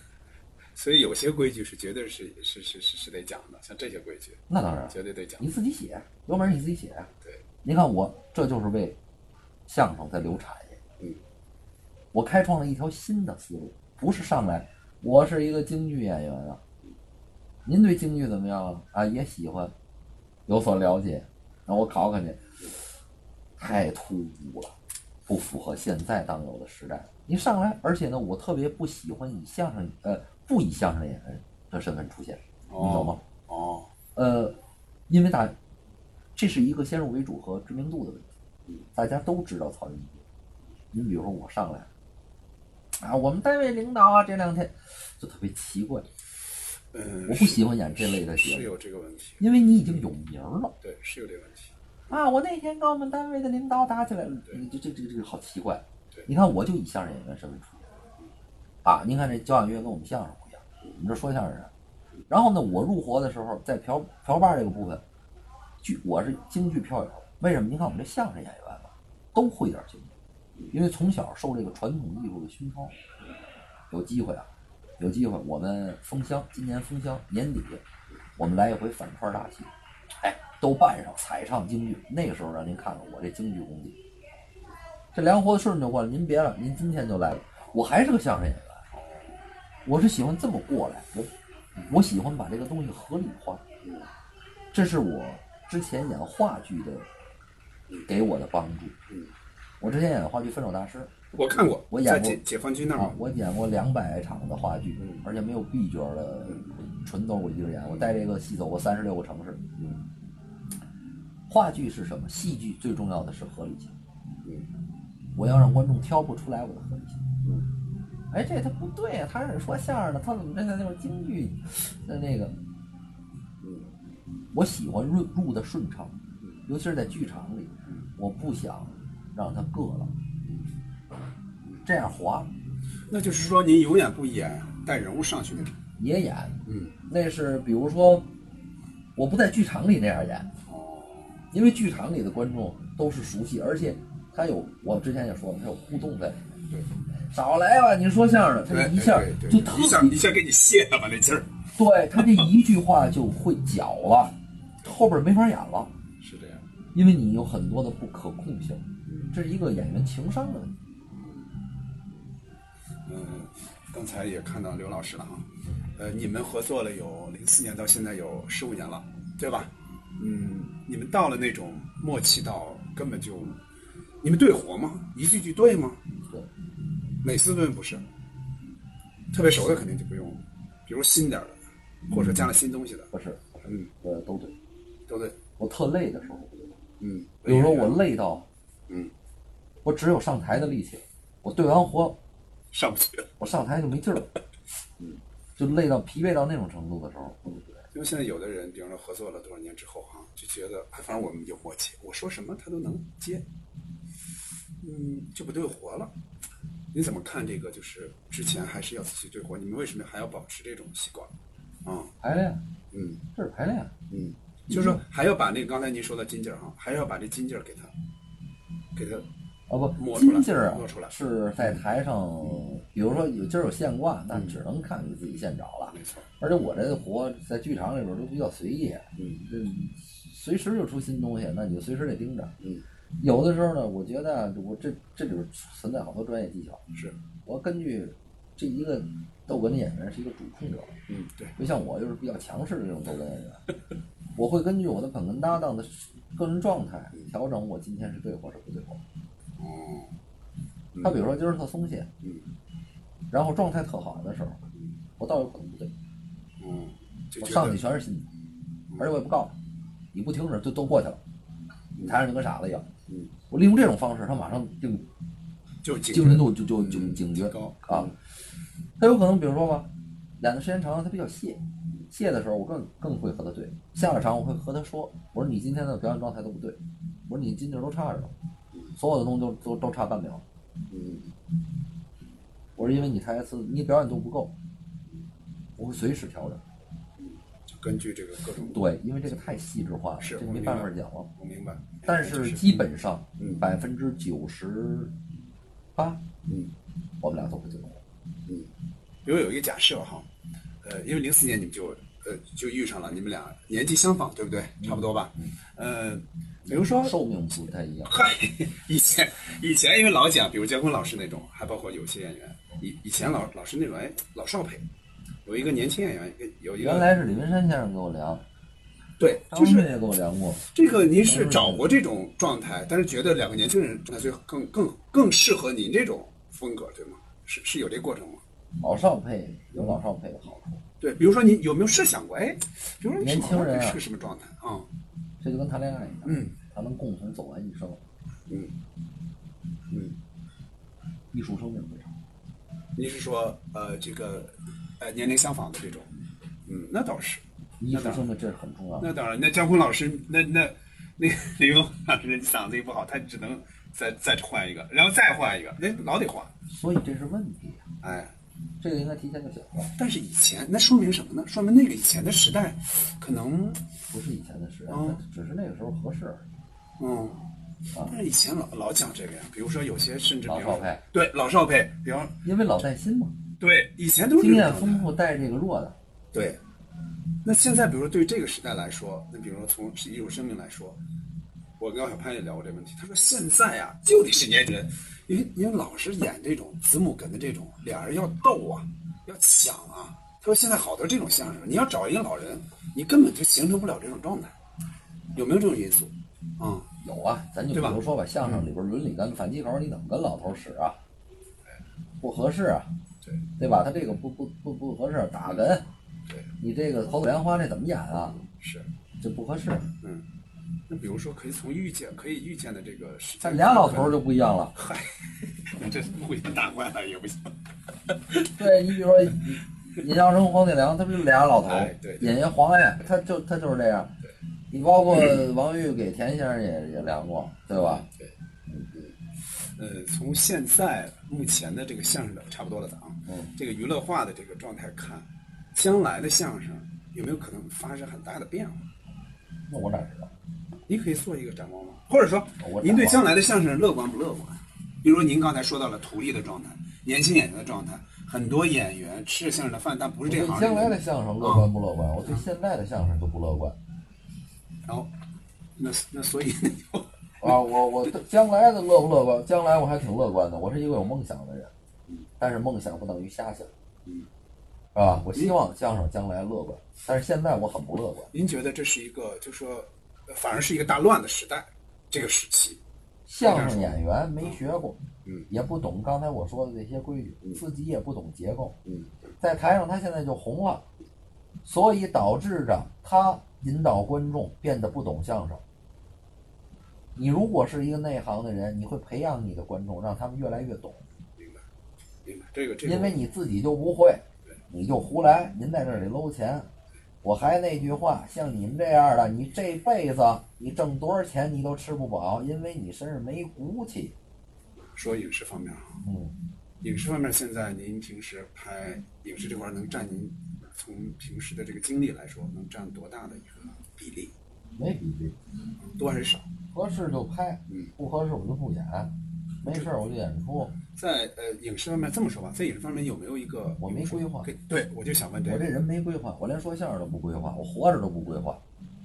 所以有些规矩是绝对是是是是是得讲的，像这些规矩，
那当然
绝对得讲。
你自己写，有本事你自己写。啊
对，
你看我这就是为相声在留产业，嗯，我开创了一条新的思路，不是上来我是一个京剧演员啊，您对京剧怎么样啊？啊，也喜欢，有所了解，那我考考你，太突兀了，不符合现在当有的时代。你上来，而且呢，我特别不喜欢以相声呃不以相声演员的身份出现，你懂吗？
哦，
呃，因为大，这是一个先入为主和知名度的问题，大家都知道曹云金。你比如说我上来，啊，我们单位领导啊，这两天就特别奇怪，
嗯，
我不喜欢演这类的
是
节
是
目
有，这个问题，
因为你已经有名儿了。
对，是有这个问题。
啊，我那天跟我们单位的领导打起来了，嗯这这这这个好奇怪。你看，我就以相声演员身份出现啊。您看这交响乐跟我们相声不一样，我们这说相声的。然后呢，我入活的时候，在瓢瓢吧这个部分，剧我是京剧票友。为什么？您看我们这相声演员吧，都会点京剧，因为从小受这个传统艺术的熏陶。有机会啊，有机会，我们封箱，今年封箱年底，我们来一回反串大戏。哎，都办上彩唱京剧，那个时候让您看看我这京剧功底。这凉活的顺着就过来，您别了，您今天就来了。我还是个相声演员，我是喜欢这么过来，我我喜欢把这个东西合理化。这是我之前演话剧的给我的帮助。我之前演话剧《分手大师》，
我看过，
我
在
演过
解解放军那儿嗯
啊
嘛，，
我演过两百场的话剧，而且没有 B 角的，纯都是我一个人演。我带这个戏走过三十六个城市。
嗯
话剧是什么？戏剧最重要的是合理性。
嗯
我要让观众挑不出来我的合理性。
嗯
哎，这他不对呀、他是说相声的，他怎么这他就是京剧？那那个，
嗯
我喜欢入入的顺畅，尤其是在剧场里，
嗯
我不想让它硌了，
嗯
这样滑。
那就是说您永远不演带人物上去的，
也演，
嗯，
那是比如说，我不在剧场里那样演，因为剧场里的观众都是熟悉，而且他有我之前也说了，他有互动在里面。
对，
少来吧，你说相声的，他
对
一下
对
就
对
特
对，一下一下给你卸了吧那劲儿，
对他这一句话就会搅了，后边没法演了，
是这样。
因为你有很多的不可控性，这是一个演员情商的问题。
嗯，刚才也看到刘老师了哈，呃，你们合作了有零四年到现在有十五年了，对吧？嗯，你们到了那种默契到根本就，你们对活吗？一句句对吗？
对，
哪次问不是？特别熟的肯定就不用，比如新点儿的，或者加了新东西的，
不是，
嗯，
呃，都对，
都对，
我特累的时候，
嗯，
比如说我累到，
嗯，
我只有上台的力气，我对完活
上不去了，
我上台就没劲儿了，嗯，就累到疲惫到那种程度的时候，
因为现在有的人，比方说合作了多少年之后哈、就觉得哎，反正我们有默契，我说什么他都能接，嗯，就不对活了。你怎么看这个？就是之前还是要仔细对活，你们为什么还要保持这种习惯？啊、
排练，
嗯，
这是排练，啊
嗯，就是说还要把那个刚才您说的筋劲儿哈，还要把这筋劲儿给他，给他
啊不，
磨出来
金劲儿
磨出来嗯
啊是在台上，比如说有今儿有现挂，那只能看你自己现找了。
没错，
而且我这活在剧场里边都比较随意，嗯，随时就出新东西，那你就随时得盯着。
嗯，
有的时候呢，我觉得啊我这这里边存在好多专业技巧。
是，
我根据这一个逗哏的演员是一个主控者，
嗯，对，
就像我就是比较强势的这种逗哏演员，我会根据我的捧哏搭档的个人状态调整我今天是对或者不对或。
哦，
他比如说今儿特松懈，
嗯，
然后状态特好的时候，我倒有可能不对，
嗯，就
我
觉
上
得嗯
去全是新的，而且我也不告诉你，你不听着就都过去了，台上就跟傻子一样。
嗯，
我利用这种方式，他马上就
就
精神度就就就警觉
嗯高
啊。他有可能比如说吧，演的时间长了，他比较泄，泄的时候我更更会和他对。下了场我会和他说，我说你今天的表演状态都不对，我说你今劲儿都差着呢，所有的东西都都都差半秒。
嗯，
我说因为你台词你表演度不够，我会随时调整。
就根据这个各种
对，因为这个太细致化了，
是
这
我
没
明
办
白
法讲了。
我明白，
但
就是是
基本上
嗯
百分之九十八，
嗯，
我们俩都会对话。
嗯，比如有一个假设哈，呃，因为零
嗯
四年你们就呃就遇上了，你们俩年纪相仿，对不对？差不多吧。呃， 比如说
寿命不太一样。
嗨，以前以前因为老讲，比如姜昆老师那种，还包括有些演员，以以前老老师那种，哎，老少配，有一个年轻演员，有一个
原来是李文山先生跟我聊，
对，
张
就是
震也跟我聊过。
这个您是找过这种状态，但是觉得两个年轻人状态就更更更适合您这种风格，对吗？是是有这过程吗？
老少配有老少配的好处，
对，比如说你有没有设想过，哎，比如说
年轻人啊
是个什么状态啊？
这就跟谈恋爱一样，
嗯，
他能共同走完一生，
嗯嗯，
艺术生命最长。
你是说呃这个呃年龄相仿的这种？嗯，那倒是，
艺术生命这是很重要的。
那当然，那姜昆老师，那那那个李云老师嗓子一不好，他只能再再换一个，然后再换一个，那哎老得换。
所以这是问题啊，
哎，
这个应该提前就想了。
但是以前那说明什么呢？说明那个以前的时代，可能
不是以前的时代，
嗯
但只是那个时候合适而已。
嗯，但是以前老老讲这个呀，比如说有些甚至比
老
方
少配
对老少配，比方
因为老带新嘛，
对以前都是
经
这
验
种
丰富带这个弱的。
对。那现在，比如说对于这个时代来说，那比如说从艺术生命来说，我跟高小攀也聊过这个问题。他说现在啊，就得是年轻人，因为因为老是演这种子母哏的这种，俩人要斗啊，要抢啊。他说现在好多这种相声，你要找一个老人，你根本就形成不了这种状态。有没有这种因素？啊、
有啊，咱就比
对吧
如说吧，相声里边伦理跟反击口，你怎么跟老头使啊？不合适啊，
对
对吧？他这个不不不不合适，打哏，
对，
你这个口吐莲花这怎么演啊？
是，
这不合适。
嗯。那比如说，可以从预见可以预见的这个时
但
间，
俩老头儿就不一样了。
嗨， 那这互相打坏了也不行。
对你比如说，尹相生、黄铁良，他不就俩老头
哎？对对
演员黄哎，他就他就是这样。你包括王玉给田先生也也量过，对吧？
对，呃，从现在目前的这个相声的差不多了的啊，
嗯，
这个娱乐化的这个状态看，将来的相声有没有可能发生很大的变化？
那我哪知道？
您可以做一个展望吗？或者说
哦我，
您对将来的相声乐观不乐观？比如您刚才说到了图利的状态，年轻演员的状态，很多演员吃着相声的饭，但不
我
是这啊
对
行
将来的
人
相声乐观不乐观？我对现在的相声就不乐观
然后，那那所以
啊！我我对将来的乐不乐观？将来我还挺乐观的，我是一个有梦想的人，但是梦想不等于瞎想，
嗯，
是吧？我希望相声将来乐观，但是现在我很不乐观。
您觉得这是一个，就说，呃反而是一个大乱的时代，这个时期，
相声演员没学过，
嗯，
也不懂刚才我说的这些规矩，自己也不懂结构，
嗯，
在台上他现在就红了，所以导致着他引导观众变得不懂相声。你如果是一个内行的人，你会培养你的观众，让他们越来越懂，
明白这个这个，
因为你自己就不会，你就胡来，您在这里搂钱。我还那句话，像你们这样的，你这辈子你挣多少钱你都吃不饱，因为你身上没骨气。
说影视方面啊，
嗯，
影视方面现在您平时拍影视这块儿能占您从平时的这个经历来说，能占多大的一个比例？
没比例。
多还是少？
合适就拍，
嗯，
不合适我就不演，没事儿我就演出。
在呃影视方面这么说吧，在影视方面有没有一个
我没规划
给对，我就想问这个。
我这人没规划，我连说相声都不规划，我活着都不规划，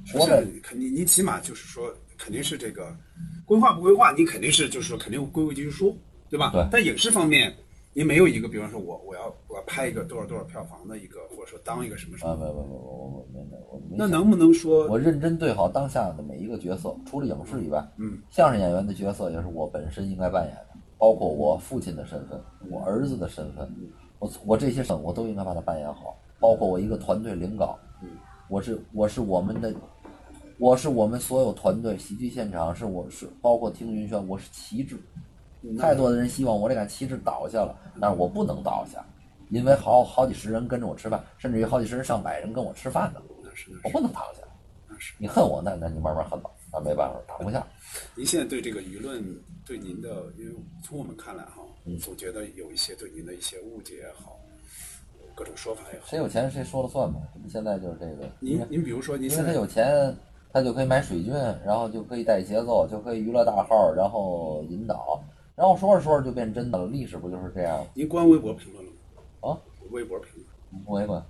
首
活着
先肯定您起码就是说肯定是这个规划不规划，你肯定是就是说肯定规规矩矩说，对吧？
对
但影视方面，您没有一个，比方说我我要我要拍一个多少多少票房的一个，或者说当一个什么什
啊
么，
不不不不我我没没我没。
那能不能说
我认真对好当下的每一个角色，除了影视以外，
嗯，
相声演员的角色也是我本身应该扮演的，包括我父亲的身份，我儿子的身份，
嗯
我我这些身份我都应该把它扮演好，包括我一个团队领导，
嗯
我是我是我们的，我是我们所有团队喜剧现场是我是包括听云轩，我是旗帜，
嗯
太多的人希望我这杆旗帜倒下了，但是我不能倒下，因为好好几十人跟着我吃饭，甚至于好几十人上百人跟我吃饭呢，我不能躺下。你恨我，那那你慢慢恨吧，那没办法，打不下。
您现在对这个舆论对您的，因为从我们看来哈，
嗯
总觉得有一些对您的一些误解也好，各种说法也好。
谁有钱谁说了算嘛。现在就是这个，因
您
为
您比如说
因
您现
为他
在
有钱，他就可以买水军，然后就可以带节奏，就可以娱乐大号，然后引导，然后说着说着就变真的了。历史不就是这样吗？
您关微博评论了吗？
啊，
微博评论。
我也管，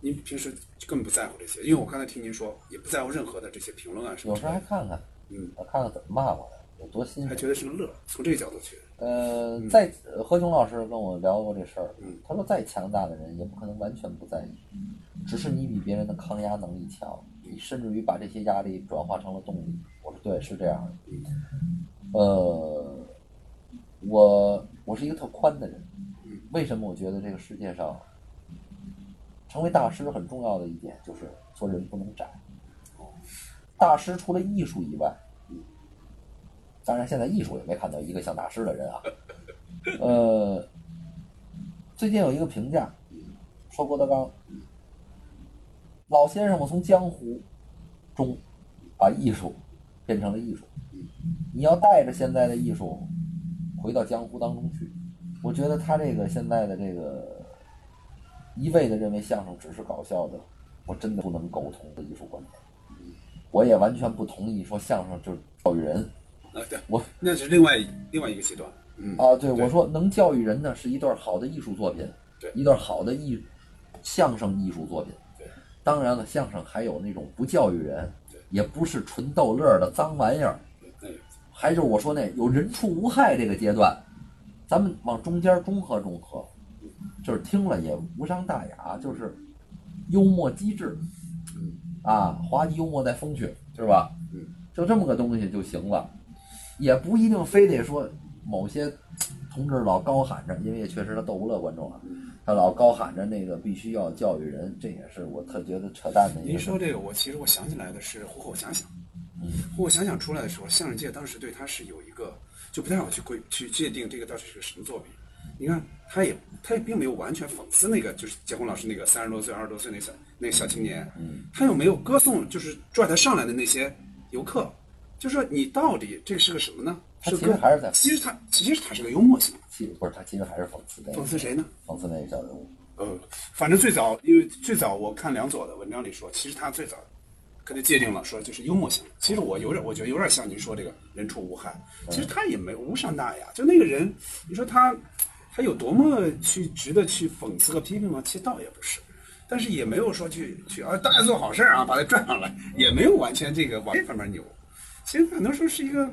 您平时根本不在乎这些，因为我刚才听您说也不在乎任何的这些评论啊什么
有
之
时
类
候还
的。
看看。
嗯，
我看看怎么骂我的，有多新
还
鲜。
觉得是个乐儿，从这个角度去，
呃，再呃何炅老师跟我聊过这事儿，他说再强大的人也不可能完全不在意，只是你比别人的抗压能力强，你甚至于把这些压力转化成了动力。我说对，是这样的。呃，我我是一个特宽的人，为什么我觉得这个世界上成为大师很重要的一点就是做人不能窄。大师除了艺术以外，当然现在艺术也没看到一个像大师的人啊。呃，最近有一个评价说郭德纲，老先生们从江湖中把艺术变成了艺术，你要带着现在的艺术回到江湖当中去。我觉得他这个现在的这个一味的认为相声只是搞笑的，我真的不能苟同的艺术观点。我也完全不同意说相声就是教育人。
啊，对，
我
那是另外另外一个极端，嗯
啊，对我说能教育人呢，是一段好的艺术作品，
对，
一段好的艺相声艺术作品。
对，
当然了，相声还有那种不教育人，也不是纯逗乐儿的脏玩意儿，
那个
还就是我说那有人畜无害这个阶段，咱们往中间中和中和，就是听了也无伤大雅，就是幽默机智，啊，滑稽幽默带风趣，是吧？
嗯，
就这么个东西就行了，也不一定非得说某些同志老高喊着，因为也确实他逗不乐观众啊，他老高喊着那个必须要教育人，这也是我特觉得扯淡的一个。
您说这个，我其实我想起来的是虎口遐想。
嗯
虎口遐想出来的时候，相声界当时对他是有一个就不太好去规去界定这个到底是个什么作品。你看，他也他也并没有完全讽刺那个就是蒋红老师那个三十多岁、二十多岁那小那个小青年，
嗯
他又没有歌颂就是拽他上来的那些游客，就说你到底这是个什么呢？
他
是
其
个
实还是在
其实他其实他是个幽默性的。
其不是他其实还是讽刺那个
讽刺谁呢？
讽刺那个小人物。
呃，反正最早，因为最早我看梁左的文章里说，其实他最早跟他界定了说就是幽默型。其实我有点，我觉得有点像您说这个人畜无害。其实他也没无伤大雅，就那个人，你说他他有多么去值得去讽刺和批评吗？其实倒也不是，但是也没有说去去啊，大家做好事儿啊，把他拽上来，也没有完全这个往这方面扭。其实很多时候是一个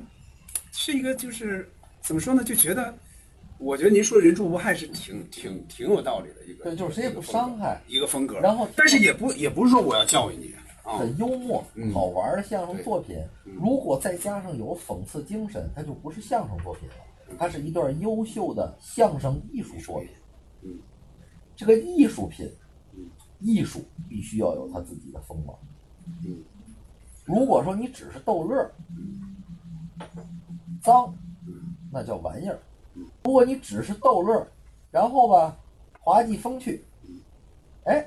是一个就是怎么说呢，就觉得。我觉得您说人畜无害是挺挺挺有道理的一个，
对，就是谁也不伤害，
一个风格。
然后，
但是也不也不是说我要教育你啊，
很幽默、
嗯
好玩的相声作品，如果再加上有讽刺精神，它就不是相声作品了，它是一段优秀的相声艺术作品。嗯
嗯，
这个艺术品，艺术必须要有它自己的锋芒。
嗯，
如果说你只是逗乐儿，脏，那叫玩意儿；如果你只是逗乐儿，然后吧，滑稽风趣，哎，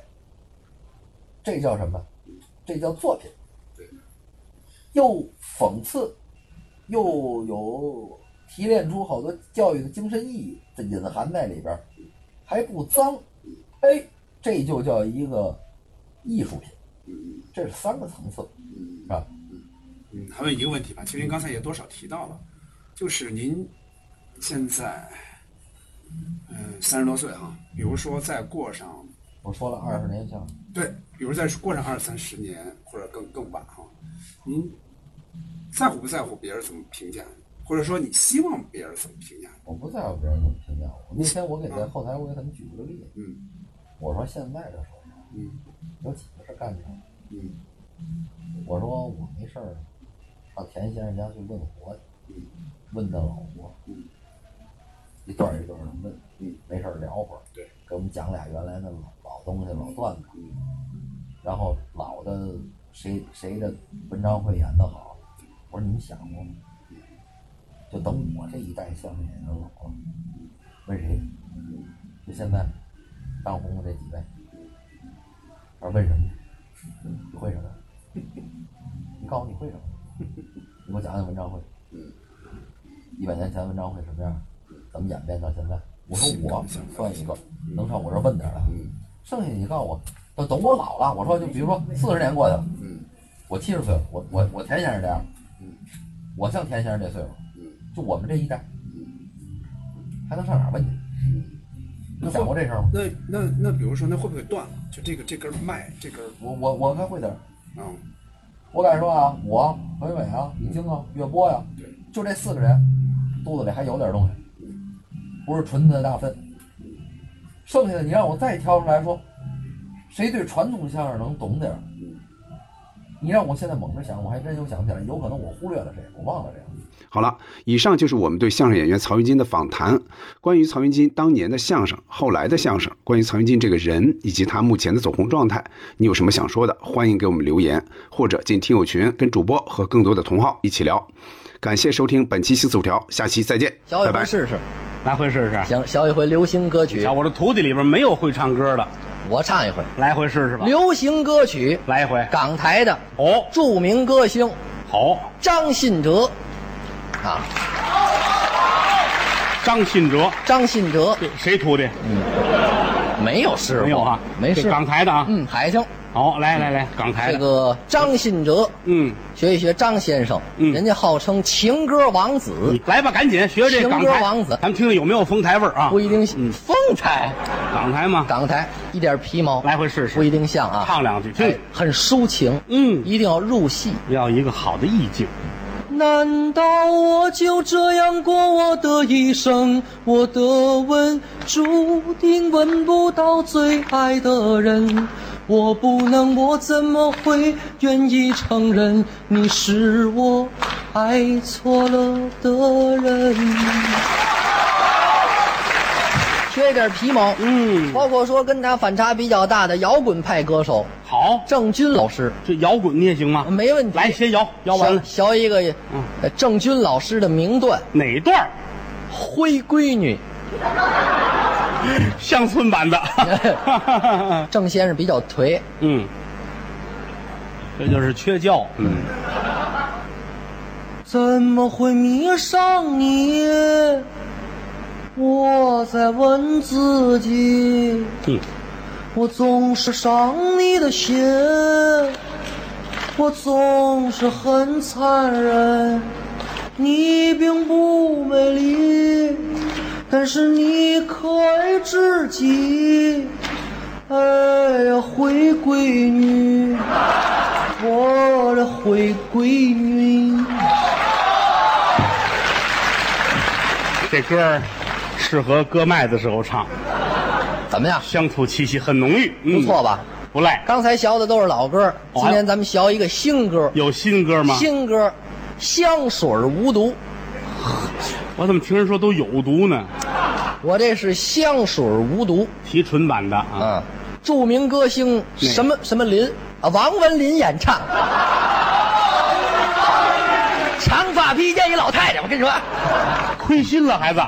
这叫什么？这叫作品。又讽刺，又有提炼出好多教育的精神意义这隐含在里边儿，还不脏，哎，这就叫一个艺术品。这是三个层次，啊是吧？
嗯，还有一个问题吧，其实您刚才也多少提到了，就是您现在，嗯、三十多岁哈、比如说再过上，
我说了二十年相声，
对，比如再过上二三十年或者更更晚哈、您在乎不在乎别人怎么评价你，或者说你希望别人怎么评价
我不在乎别人怎么评价我。那天我给在后台我给他们举了个例子，
嗯，
我说现在这社会，
嗯，
有几个是干这个的？
你？嗯
我说我没事儿，上田先生家去问活去，问的老活，一段儿一段儿的问，没事儿聊会儿，
对，
给我们讲俩原来的老老东西、老段子，然后老的谁谁的文章会演得好，我说你们想过吗？就等我这一代相声演员老了，问谁？就现在当红的这几位，我说问什么？ 你会什么？你告诉我你会什么？你给我讲讲文章会。一百年前文章会什么样？怎么演变到现在？我说我算一个，能上我这儿问点儿来。剩下你告诉我，就等我老了，我说就比如说四十年过去了，我七十岁了，我我我田先生这样，我像田先生这岁数，就我们这一代，还能上哪儿问去？你想过这事儿吗？
那那那，比如说，那会不会断了？就这个这根脉，这根
我我我还会点儿，
嗯，
我敢说啊，我伟伟啊，李菁啊，岳波呀、就这四个人，肚子里还有点东西，不是纯的大粪。剩下的你让我再挑出来说，谁对传统相声能懂点儿？你让我现在猛着想，我还真有想不起来，有可能我忽略了谁，我忘了谁。
好了，以上就是我们对相声演员曹云金的访谈，关于曹云金当年的相声、后来的相声，关于曹云金这个人以及他目前的走红状态，你有什么想说的？欢迎给我们留言，或者进听友群跟主播和更多的同好一起聊。感谢收听本期西四五条，下期再见，
小伟
拜拜。
试试，
来回试试。
行，小一回流行歌曲。
我这徒弟里边没有会唱歌的，
我唱一回，
来回试试吧。
流行歌曲，
来一回，
港台的
哦，
著名歌星
好，
张信哲，啊，
张信哲，
张信哲
谁徒弟？
没有试过，
没有啊，
没试
这港台的哎啊。
嗯，海清。
好，来来来，港台
这
的
个张信哲，
嗯，
学一学张先生，嗯，人家号称情歌王子，
来吧，赶紧学这
情
港
歌
台
王子，
咱们听听有没有丰台味儿啊？
不一定风采，
港台吗？
港台一点皮毛，
来回试试，
不一定像啊，
哎唱两句，
哎
听，
很抒情，
嗯，
一定要入戏。
要一个好的意境。
难道我就这样过我的一生？我的吻注定吻不到最爱的人，我不能，我怎么会愿意承认你是我爱错了的人？缺点皮毛，
嗯，
包括说跟他反差比较大的摇滚派歌手
好，
郑钧老师，
这摇滚你也行吗？
没问题。
来，先摇，摇完了
学学一个，
嗯
呃郑钧老师的名段
哪段
《
儿？
灰闺女
乡村版的。》。
郑先生比较颓，
嗯，这就是缺觉。嗯，
怎么会迷上你？我在问自己，
嗯，
我总是伤你的心，我总是很残忍。你并不美丽，但是你可爱至极。哎呀，灰闺女，我的灰闺女。
这歌儿适合割麦的时候唱，
怎么样？
乡土气息很浓郁，嗯
不错？吧？
不赖。
刚才学的都是老歌，今天咱们学一个新歌。
有新歌吗？
新歌，香水无毒。
我怎么听人说都有毒呢？
我这是香水无毒。
提纯版的啊，
啊，著名歌星
哪个
什么什么林啊，王文林演唱。长发披肩一老太太，我跟你说，
亏心了孩子。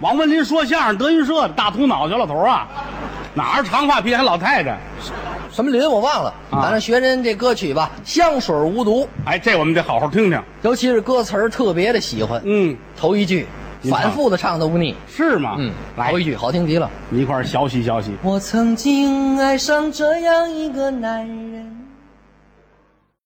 王文林说相声，德云社的大秃脑小老头啊，哪儿长发披肩老太太？
什么林我忘了，
啊
反正学人这歌曲吧，香水无毒，
哎，这我们得好好听听。
尤其是歌词儿特别的喜欢。
嗯，
头一句
您唱啊
反复的唱都不腻，
是吗？
嗯，
来
头一句好听极了。
一块儿学习学习。
我曾经爱上这样一个男人，